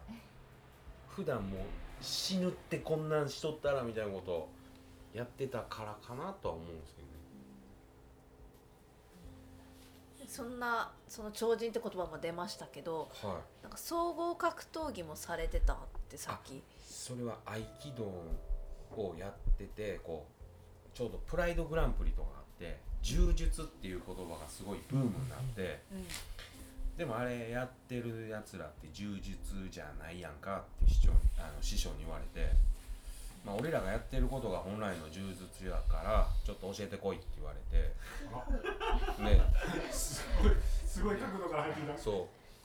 [SPEAKER 2] 普段もう死ぬってこんなんしとったらみたいなことをやってたからかなとは思うんですけどね
[SPEAKER 1] そんなその超人って言葉も出ましたけど
[SPEAKER 2] はい
[SPEAKER 1] なんか総合格闘技もされてたってさっき
[SPEAKER 2] それは合気道をやっててこうちょうどプライドグランプリとかあって柔術っていう言葉がすごいブームになって、
[SPEAKER 1] うん
[SPEAKER 2] でもあれやってるやつらって柔術じゃないやんかって師匠あの師匠に言われて、まあ、俺らがやってることが本来の柔術やからちょっと教えてこいって言われてね
[SPEAKER 3] すごいすごい角度から入ってきた
[SPEAKER 2] そう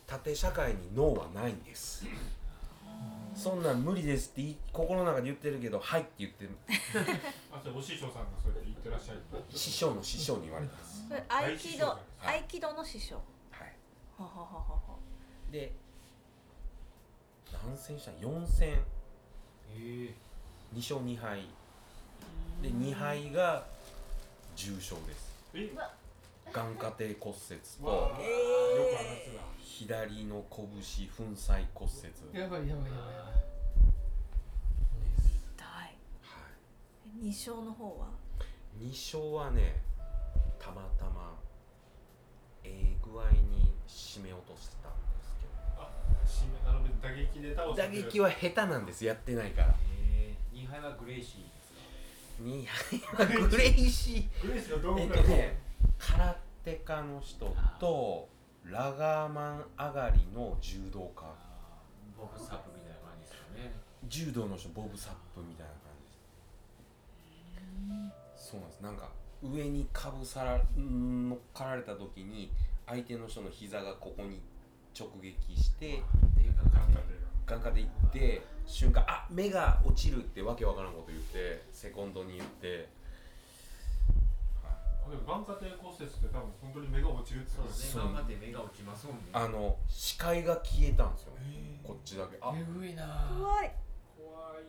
[SPEAKER 2] 縦社会に脳はないんですそんなん無理ですって言い心の中で言ってるけど「はい」って言ってる
[SPEAKER 3] あとお師匠さんがそうやって言ってらっしゃる
[SPEAKER 2] 師匠の師匠に言われたんです、
[SPEAKER 1] それ合気道合
[SPEAKER 2] はい
[SPEAKER 1] 気道の師匠
[SPEAKER 2] はい、
[SPEAKER 1] ははははは
[SPEAKER 2] で何戦したん4戦
[SPEAKER 7] え
[SPEAKER 2] 2勝2敗で2敗が重傷です
[SPEAKER 3] え
[SPEAKER 2] 眼下底骨折
[SPEAKER 3] わあよ
[SPEAKER 2] と
[SPEAKER 3] く話すな
[SPEAKER 2] 左の拳粉砕骨折
[SPEAKER 5] うやばいやばいやばいや
[SPEAKER 1] 痛い
[SPEAKER 2] は
[SPEAKER 1] え二勝の方はい
[SPEAKER 2] 2勝はねたまたまええ具合に締め落としてたんですけ
[SPEAKER 3] しあの打撃で倒
[SPEAKER 2] ど
[SPEAKER 3] す
[SPEAKER 2] 打撃は下手なんですやってないから
[SPEAKER 7] えー、2杯はグレイシーですか
[SPEAKER 2] 2敗 はグレイシ
[SPEAKER 3] グレイスのど
[SPEAKER 2] ー
[SPEAKER 3] う
[SPEAKER 2] えっ
[SPEAKER 3] い
[SPEAKER 2] とね空手家の人とラガーマン上がりの柔道家
[SPEAKER 7] あーボブサップみたいな感じですよね
[SPEAKER 2] 柔道の人ボブサップみたいな感じですそうなんですなんか上にかぶさらん乗っかられた時に相手の人の膝がここに直撃して
[SPEAKER 7] でかかった
[SPEAKER 2] 眼下で行って瞬間あ目が落ちるってわけわからんこと言ってセコンドに言って
[SPEAKER 3] でも眼下底骨折って多分本当に目が落ちるっつ
[SPEAKER 7] そう
[SPEAKER 3] う
[SPEAKER 7] です
[SPEAKER 2] そ
[SPEAKER 7] ね
[SPEAKER 2] う
[SPEAKER 7] 頑張って目が落ちますもんね
[SPEAKER 2] あの視界が消えたんですよこっちだけあ、はい
[SPEAKER 5] えぐいな
[SPEAKER 1] 怖い
[SPEAKER 3] 怖い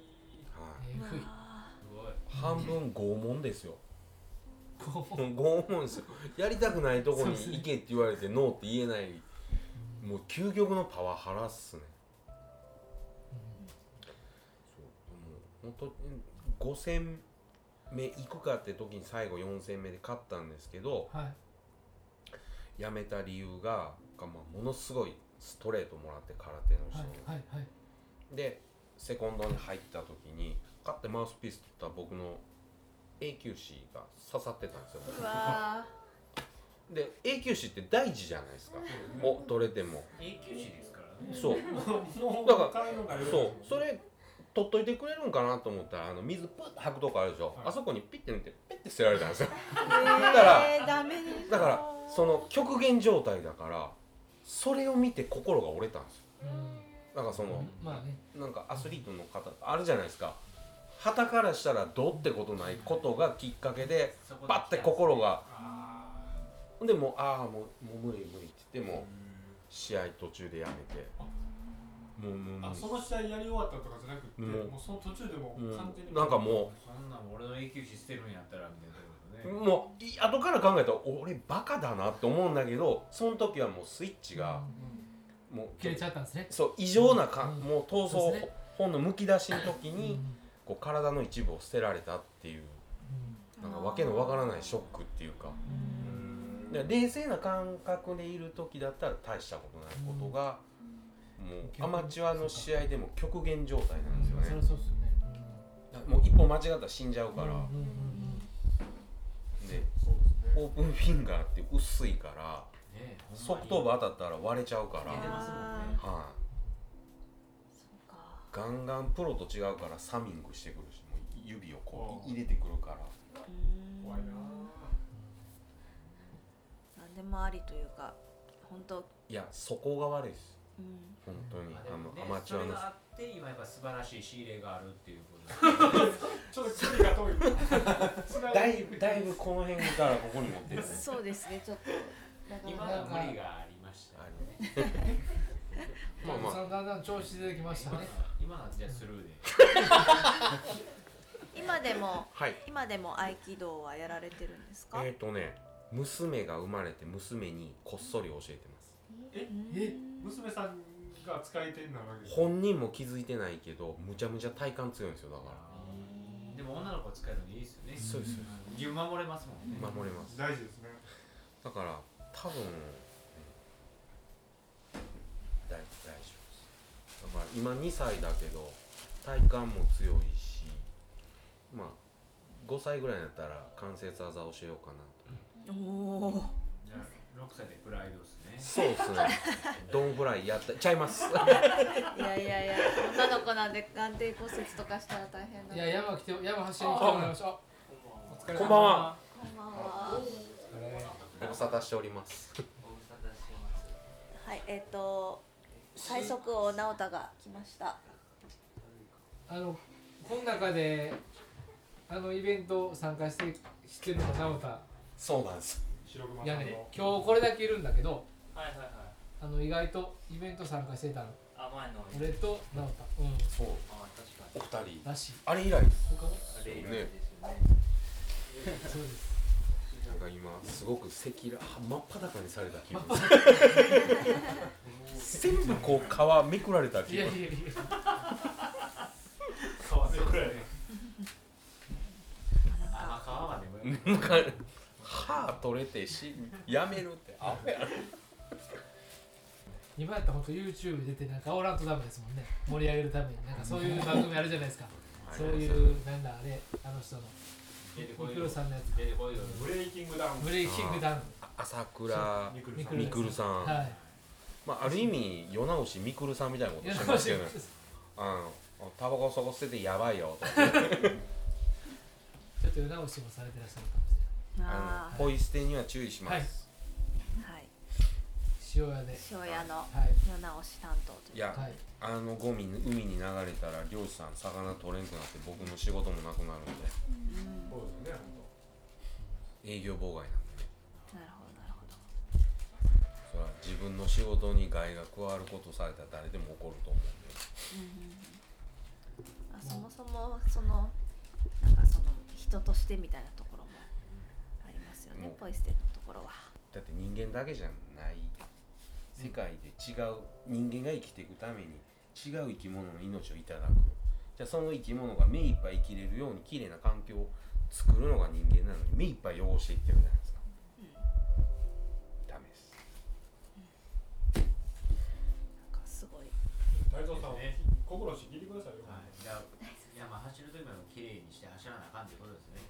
[SPEAKER 5] え
[SPEAKER 1] うわ
[SPEAKER 5] ぐい
[SPEAKER 1] あ
[SPEAKER 7] すごい
[SPEAKER 2] 半分拷問ですよ拷問ですよやりたくないとこに行けって言われてノーって言えないもう究極のパワハラっすねそうもう本当に5戦目行くかって時に最後4戦目で勝ったんですけど
[SPEAKER 5] はい
[SPEAKER 2] やめた理由が、がまあ、ものすごいストレートもらって空手の人
[SPEAKER 5] は
[SPEAKER 2] に、
[SPEAKER 5] いはいはい
[SPEAKER 2] でセコンドに入った時にカッてマウスピース取った僕の永久歯が刺さってたんですよ
[SPEAKER 1] ーうわ
[SPEAKER 2] で永久歯って大事じゃないですかお取れても
[SPEAKER 7] 永久歯ですからね
[SPEAKER 2] そう
[SPEAKER 3] もう
[SPEAKER 2] だから
[SPEAKER 3] 分からんのがよく
[SPEAKER 2] そうそれ取っといてくれるんかなと思ったらあの水プッて吐くとこあるでしょ、
[SPEAKER 3] はい
[SPEAKER 2] あそこにピッて塗ってペッて捨てられたんですよ
[SPEAKER 1] ー
[SPEAKER 2] だから
[SPEAKER 1] えーダメです
[SPEAKER 2] だからその極限状態だからそれを見て心が折れたんですよだからその
[SPEAKER 5] まあね
[SPEAKER 2] なんかアスリートの方あるじゃないですか旗からしたらどうってことないことがきっかけで
[SPEAKER 7] そこで
[SPEAKER 2] バッて心が
[SPEAKER 3] あ
[SPEAKER 2] ほんでもうああもうもう無理無理って言っても試合途中でやめてもうもうも
[SPEAKER 3] あ
[SPEAKER 2] う
[SPEAKER 3] その試合やり終わったとかじゃなくて、
[SPEAKER 2] うん
[SPEAKER 3] もうその途中でも
[SPEAKER 2] うん
[SPEAKER 3] 完全に、
[SPEAKER 2] なんかも
[SPEAKER 7] そんなん俺の永久死捨てるんやったらみたいなところね
[SPEAKER 2] もうい後から考えたら俺バカだなって思うんだけどその時はもうスイッチがもう
[SPEAKER 5] 切れちゃったんですね。
[SPEAKER 2] そう異常なか、
[SPEAKER 5] うん
[SPEAKER 2] もう闘争
[SPEAKER 5] そうですね
[SPEAKER 2] 本のむき出しの時
[SPEAKER 9] うんう
[SPEAKER 2] に、
[SPEAKER 9] ん
[SPEAKER 2] こう体の一部を捨てられたっていうなんかわけのわからないショックっていうかで冷静な感覚でいる時だったら大したことないことが、もうアマチュアの試合でも極限状態なんですよ
[SPEAKER 9] そ
[SPEAKER 2] ね
[SPEAKER 9] りゃ、そうっすよね
[SPEAKER 2] もう一歩間違ったら死んじゃう
[SPEAKER 9] うん
[SPEAKER 2] から、
[SPEAKER 9] うんうん
[SPEAKER 2] で
[SPEAKER 3] そうですね
[SPEAKER 2] オープンフィンガーって薄いから
[SPEAKER 7] ねえ
[SPEAKER 2] 側頭部当たったら割れちゃうか
[SPEAKER 7] ほんまに出て
[SPEAKER 2] ら、
[SPEAKER 7] ますもんね
[SPEAKER 2] はい
[SPEAKER 1] そうか
[SPEAKER 2] ガンガンプロと違うからサミングしてくるしもう指をこう入れてくるか
[SPEAKER 1] う
[SPEAKER 2] ら
[SPEAKER 1] ーん
[SPEAKER 3] 怖いな
[SPEAKER 1] 何でもありというか本当
[SPEAKER 2] いやそこが悪いです
[SPEAKER 1] うん
[SPEAKER 2] 本当に
[SPEAKER 7] まあ
[SPEAKER 2] あ
[SPEAKER 7] でも
[SPEAKER 2] の
[SPEAKER 7] ね
[SPEAKER 2] アマチュア
[SPEAKER 7] それ
[SPEAKER 2] の
[SPEAKER 7] があって今やっぱ素晴らしい仕入れがあるっていうことで
[SPEAKER 3] ちょっと距離が遠いつら い
[SPEAKER 2] だいぶだいぶこの辺からここに持っ てるね
[SPEAKER 1] そうですねちょっとだから
[SPEAKER 7] 今
[SPEAKER 1] なん
[SPEAKER 7] は
[SPEAKER 1] か
[SPEAKER 7] 無理がありましたよね
[SPEAKER 2] まあまあ
[SPEAKER 5] さんだんだん調子出てきましたね。
[SPEAKER 7] 今はじゃあスルーで
[SPEAKER 1] 今でも
[SPEAKER 2] はい
[SPEAKER 1] 今でも合気道はやられてるんですか、
[SPEAKER 2] えっ、ー、とね娘が生まれて娘にこっそり教えて
[SPEAKER 3] え娘さんが使い手になるわ
[SPEAKER 2] ま
[SPEAKER 3] けですす
[SPEAKER 2] 本人も気づいてないけどむちゃむちゃ体幹強いんですよだから
[SPEAKER 7] でも女の子使えるのいいですよね
[SPEAKER 2] そうですそうで
[SPEAKER 7] 自分守れますもんね
[SPEAKER 2] 守れます
[SPEAKER 3] 大事ですね
[SPEAKER 2] だから多分、うん大大丈夫ですだから今2歳だけど体幹も強いしまあ5歳ぐらいになったら関節技教えようかな と
[SPEAKER 1] おお
[SPEAKER 7] じゃあ6歳でプライドですね
[SPEAKER 2] そうっすねドンフライやったちゃい ます
[SPEAKER 1] いやいやいや女の子なんで眼底骨折とかしたら大変だ
[SPEAKER 5] いや山来て山走りに来てもらいましょう。お疲れ様
[SPEAKER 2] こんばんは。
[SPEAKER 1] こんばんは
[SPEAKER 2] ご無沙汰しております
[SPEAKER 1] はいえっ、と最速を直太が来ました
[SPEAKER 5] あのこの中であのイベント参加してしてるのが直太
[SPEAKER 2] そうなんです
[SPEAKER 3] 白熊さん
[SPEAKER 5] や
[SPEAKER 3] の、
[SPEAKER 5] ねん今日これだけいるんだけど
[SPEAKER 10] はいはいはい。
[SPEAKER 5] あの意外とイベント参加してたの
[SPEAKER 10] あ、前の。
[SPEAKER 5] 俺と直太うん
[SPEAKER 2] そう
[SPEAKER 10] あ、確か
[SPEAKER 2] お二人
[SPEAKER 5] らしい
[SPEAKER 2] あれ以来です
[SPEAKER 5] 他は
[SPEAKER 10] に。あれ以来ですよね。
[SPEAKER 5] そうです
[SPEAKER 2] なんか今すごく赤裸真っ裸にされた気分全部こう皮めくられた気
[SPEAKER 5] いやい
[SPEAKER 2] 分
[SPEAKER 5] やいや
[SPEAKER 3] 変わってくれ
[SPEAKER 7] あまあ皮まで
[SPEAKER 2] な
[SPEAKER 7] も
[SPEAKER 2] んか歯取れてしやめるってアホやろ
[SPEAKER 5] 今やったらほんと YouTube 出てなんかおらんとダメですもんね盛り上げるためになんかそういう番組あるじゃないですかそういうなんだあれあの人の
[SPEAKER 7] 出てこ
[SPEAKER 5] ミ
[SPEAKER 7] い
[SPEAKER 5] ク
[SPEAKER 7] よ
[SPEAKER 5] ロさんのや
[SPEAKER 7] 出てこいよ
[SPEAKER 3] ブレイキングダウン
[SPEAKER 5] つブレイキングダウン
[SPEAKER 2] 朝倉
[SPEAKER 3] ミクル
[SPEAKER 5] ミ
[SPEAKER 3] さ
[SPEAKER 5] ク
[SPEAKER 3] ん
[SPEAKER 5] ル
[SPEAKER 2] みくるさん、
[SPEAKER 5] はい
[SPEAKER 2] まあ、ある意味世直しみくるさんみたいなことしてますけどねうんタバコそこ捨ててやばいよと
[SPEAKER 5] ちょっと世直しもされてらっしゃるかも
[SPEAKER 2] あ
[SPEAKER 1] あ
[SPEAKER 2] のポイ捨てには注意します、
[SPEAKER 1] あはい
[SPEAKER 5] しれない塩屋で
[SPEAKER 1] 塩屋の
[SPEAKER 5] はい
[SPEAKER 1] 世直し担当とい
[SPEAKER 2] い、
[SPEAKER 1] う
[SPEAKER 2] や、
[SPEAKER 5] はい
[SPEAKER 2] あのゴミ海に流れたら漁師さん魚取れんくなって僕の仕事もなくなるんで
[SPEAKER 1] うん
[SPEAKER 3] そうですよ
[SPEAKER 2] 営
[SPEAKER 3] ね
[SPEAKER 2] 業妨害なんでね
[SPEAKER 1] なるほどなるほど
[SPEAKER 2] それは自分の仕事に害が加わることされたら誰でも怒ると思うんで
[SPEAKER 1] うんうんうんあそもそもそのなんかその人としてみたいなところもありますよね
[SPEAKER 2] もう
[SPEAKER 1] ポイ捨てのところは
[SPEAKER 2] だって人間だけじゃない世界で違う人間が生きていくために違う生き物の命をいただくじゃあその生き物が目いっぱい生きれるように綺麗な環境を作るのが人間なのに目いっぱい汚していってるじゃないですか、ダメです
[SPEAKER 1] なんかすごい
[SPEAKER 3] 大蔵さん
[SPEAKER 7] そうですね
[SPEAKER 3] 心して聞いてくださいよ、
[SPEAKER 7] はいじゃあいやまあ走る時も綺麗にして走らなあかんってことですね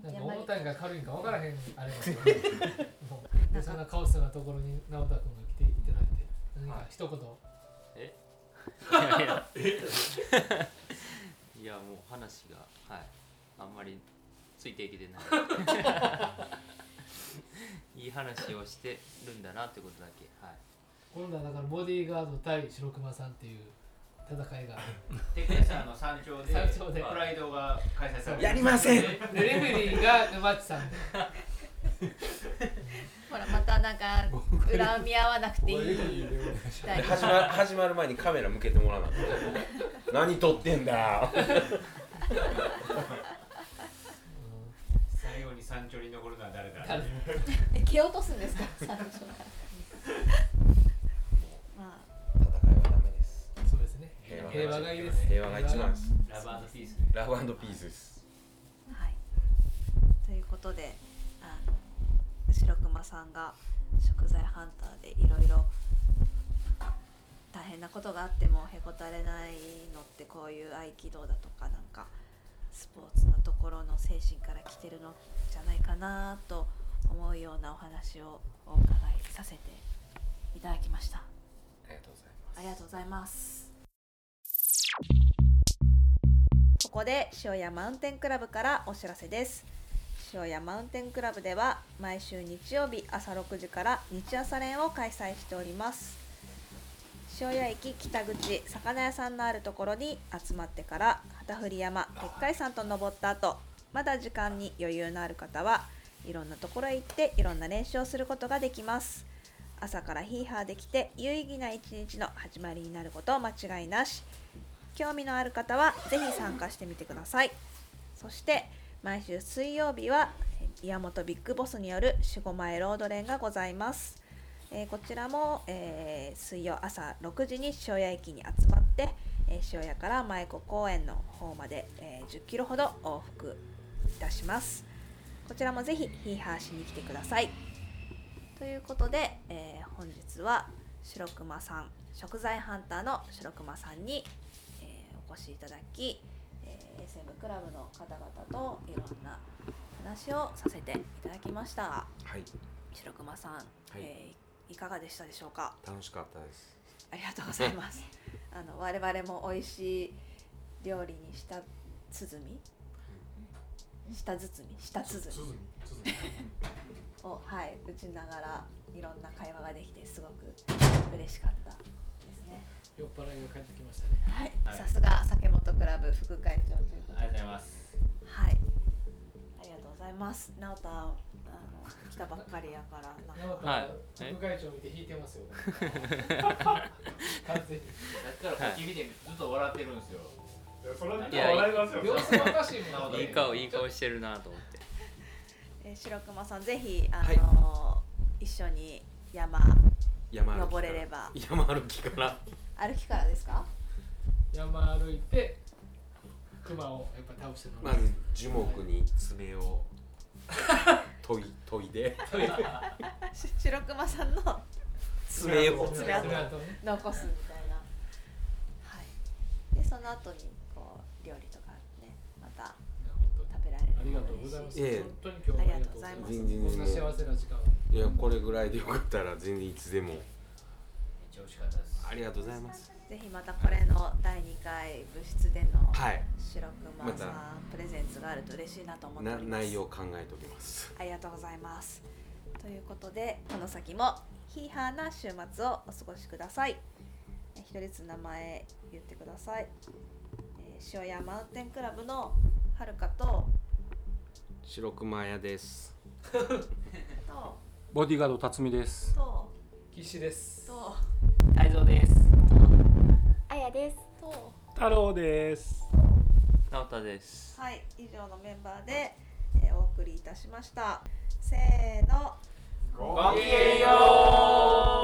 [SPEAKER 5] なんか
[SPEAKER 1] 山に
[SPEAKER 5] 重たいんか軽いんか分からへんあれなんですよねもうでそんなカオスなところに直太君が来ていただいて何か一言
[SPEAKER 10] いやいや。 いや、もう話が、はい。あんまり。ついていけて ない。いい話をしてるんだなってことだけ、はい。
[SPEAKER 5] 今度はだからボディーガード対白熊さんっていう戦い が
[SPEAKER 7] テクネさんの山頂で
[SPEAKER 5] 山頂で
[SPEAKER 7] プライドが開催される
[SPEAKER 2] やりません
[SPEAKER 7] ね
[SPEAKER 5] でレフェリーが沼地さんで
[SPEAKER 1] ほらまたはなんか 恨み合わなくていい みたいな
[SPEAKER 2] 始ま始まる前にカメラ向けてもらわなくて何撮ってんだ
[SPEAKER 7] 最後に山頂に残るのは誰だ
[SPEAKER 8] 誰
[SPEAKER 1] え蹴落とすんですか最初からまあ
[SPEAKER 2] 戦いはダメです
[SPEAKER 8] そうですね平和がいいです
[SPEAKER 2] 平和が一番です
[SPEAKER 7] ラバーのピース
[SPEAKER 2] ラブピースです
[SPEAKER 1] はいということであの白熊さんが食材ハンターでいろいろ大変なことがあってもへこたれないのってこういう合気道だとかなんかスポーツのところの精神から来てるのじゃないかなと思うようなお話をお伺いさせていただきました。
[SPEAKER 2] ありがとうござい
[SPEAKER 1] ありがとうございます。ここで塩屋マウンテンクラブからお知らせです。塩屋マウンテンクラブでは毎週日曜日朝6時から日朝練を開催しております。塩屋駅北口魚屋さんのあるところに集まってから旗振山鉄海山と登った後まだ時間に余裕のある方はいろんなところへ行っていろんな練習をすることができます。朝からヒーハーできて有意義な一日の始まりになること間違いなし興味のある方はぜひ参加してみてくださいそして毎週水曜日はえ岩本ビッグボスによる守護前ロードレンがございます、えーこちらも、えー水曜朝6時に塩屋駅に集まって、えー塩屋から舞子公園の方まで、え1 0キロほど往復いたしますこちらもぜひヒーハーしに来てくださいということで、えー本日は白熊さん食材ハンターの白熊さんに、えーお越しいただき、えー SM クラブの方々といろんな話をさせていただきました
[SPEAKER 2] ますはい
[SPEAKER 1] 白熊さん、
[SPEAKER 2] い
[SPEAKER 1] えーいかがでしたでしょうか
[SPEAKER 2] 楽しかったです
[SPEAKER 1] ありがとうございます あの我々も美味しい料理にした鼓舌包み舌
[SPEAKER 3] つ
[SPEAKER 1] 包
[SPEAKER 3] づ
[SPEAKER 1] み
[SPEAKER 3] みつづみ
[SPEAKER 1] を、はい、打ちながらいろんな会話ができてすごく嬉しかったですね
[SPEAKER 5] 酔っ払いが帰ってきましたね
[SPEAKER 1] はい、
[SPEAKER 7] はい
[SPEAKER 1] さすが酒本クラブ副会長ということ
[SPEAKER 7] あ
[SPEAKER 1] で、
[SPEAKER 7] りがとうございます
[SPEAKER 1] はい、ありがとうございます。直太、あの来たばっかりやからなんか、
[SPEAKER 5] 直田
[SPEAKER 10] はい
[SPEAKER 5] 副会長見て引いてますよ完全に
[SPEAKER 7] だからこっち見てずっと笑ってるんですよ
[SPEAKER 3] いやそれはみん
[SPEAKER 10] い
[SPEAKER 3] な
[SPEAKER 10] や
[SPEAKER 3] 笑いますよ
[SPEAKER 5] 様子がおかしいもん
[SPEAKER 10] いい顔いい顔してるなと思って
[SPEAKER 1] えー、白熊さんぜひあのー一緒に山
[SPEAKER 2] 山歩き
[SPEAKER 1] 登
[SPEAKER 2] から
[SPEAKER 1] れれば
[SPEAKER 2] 山歩きから
[SPEAKER 1] 歩きからですか？
[SPEAKER 5] 山歩いて熊をやっぱ倒しても
[SPEAKER 2] ま
[SPEAKER 5] らう
[SPEAKER 2] ず樹木に爪を研い 研いで
[SPEAKER 1] し白熊さんの
[SPEAKER 2] 爪を
[SPEAKER 1] 爪痕
[SPEAKER 5] それあとね
[SPEAKER 1] 残すみたいな、はい。でその後にこう料理とかねまた食べられる
[SPEAKER 5] ありがとうございます
[SPEAKER 2] ええ
[SPEAKER 5] 本当に今日はありがとうございます
[SPEAKER 2] 全然
[SPEAKER 5] こん
[SPEAKER 2] 全
[SPEAKER 5] な
[SPEAKER 2] 然
[SPEAKER 5] 幸せな時間を
[SPEAKER 2] いやこれぐらいでよかったら全然いつでも
[SPEAKER 7] めっちゃ美味しかったです
[SPEAKER 2] ありがとうございます
[SPEAKER 1] ぜひまたこれの第2回部室での
[SPEAKER 2] はい
[SPEAKER 1] 白熊さん、
[SPEAKER 2] ま
[SPEAKER 1] プレゼンツがあると嬉しいなと思って
[SPEAKER 2] な
[SPEAKER 1] おります
[SPEAKER 2] 内容を考えております
[SPEAKER 1] ありがとうございますということでこの先もヒーハーな週末をお過ごしくださいえ一人ずつ名前言ってください、えー、塩屋マウンテンクラブのはるかと
[SPEAKER 2] 白熊屋です
[SPEAKER 1] と
[SPEAKER 4] ボディーガード辰巳です
[SPEAKER 1] と
[SPEAKER 5] 岸です
[SPEAKER 1] と
[SPEAKER 10] 泰造です
[SPEAKER 6] あやです。
[SPEAKER 1] と
[SPEAKER 4] 太郎です
[SPEAKER 10] 直太です
[SPEAKER 1] はい以上のメンバーで、えーお送りいたしましたせーの
[SPEAKER 3] ご
[SPEAKER 7] きげんよう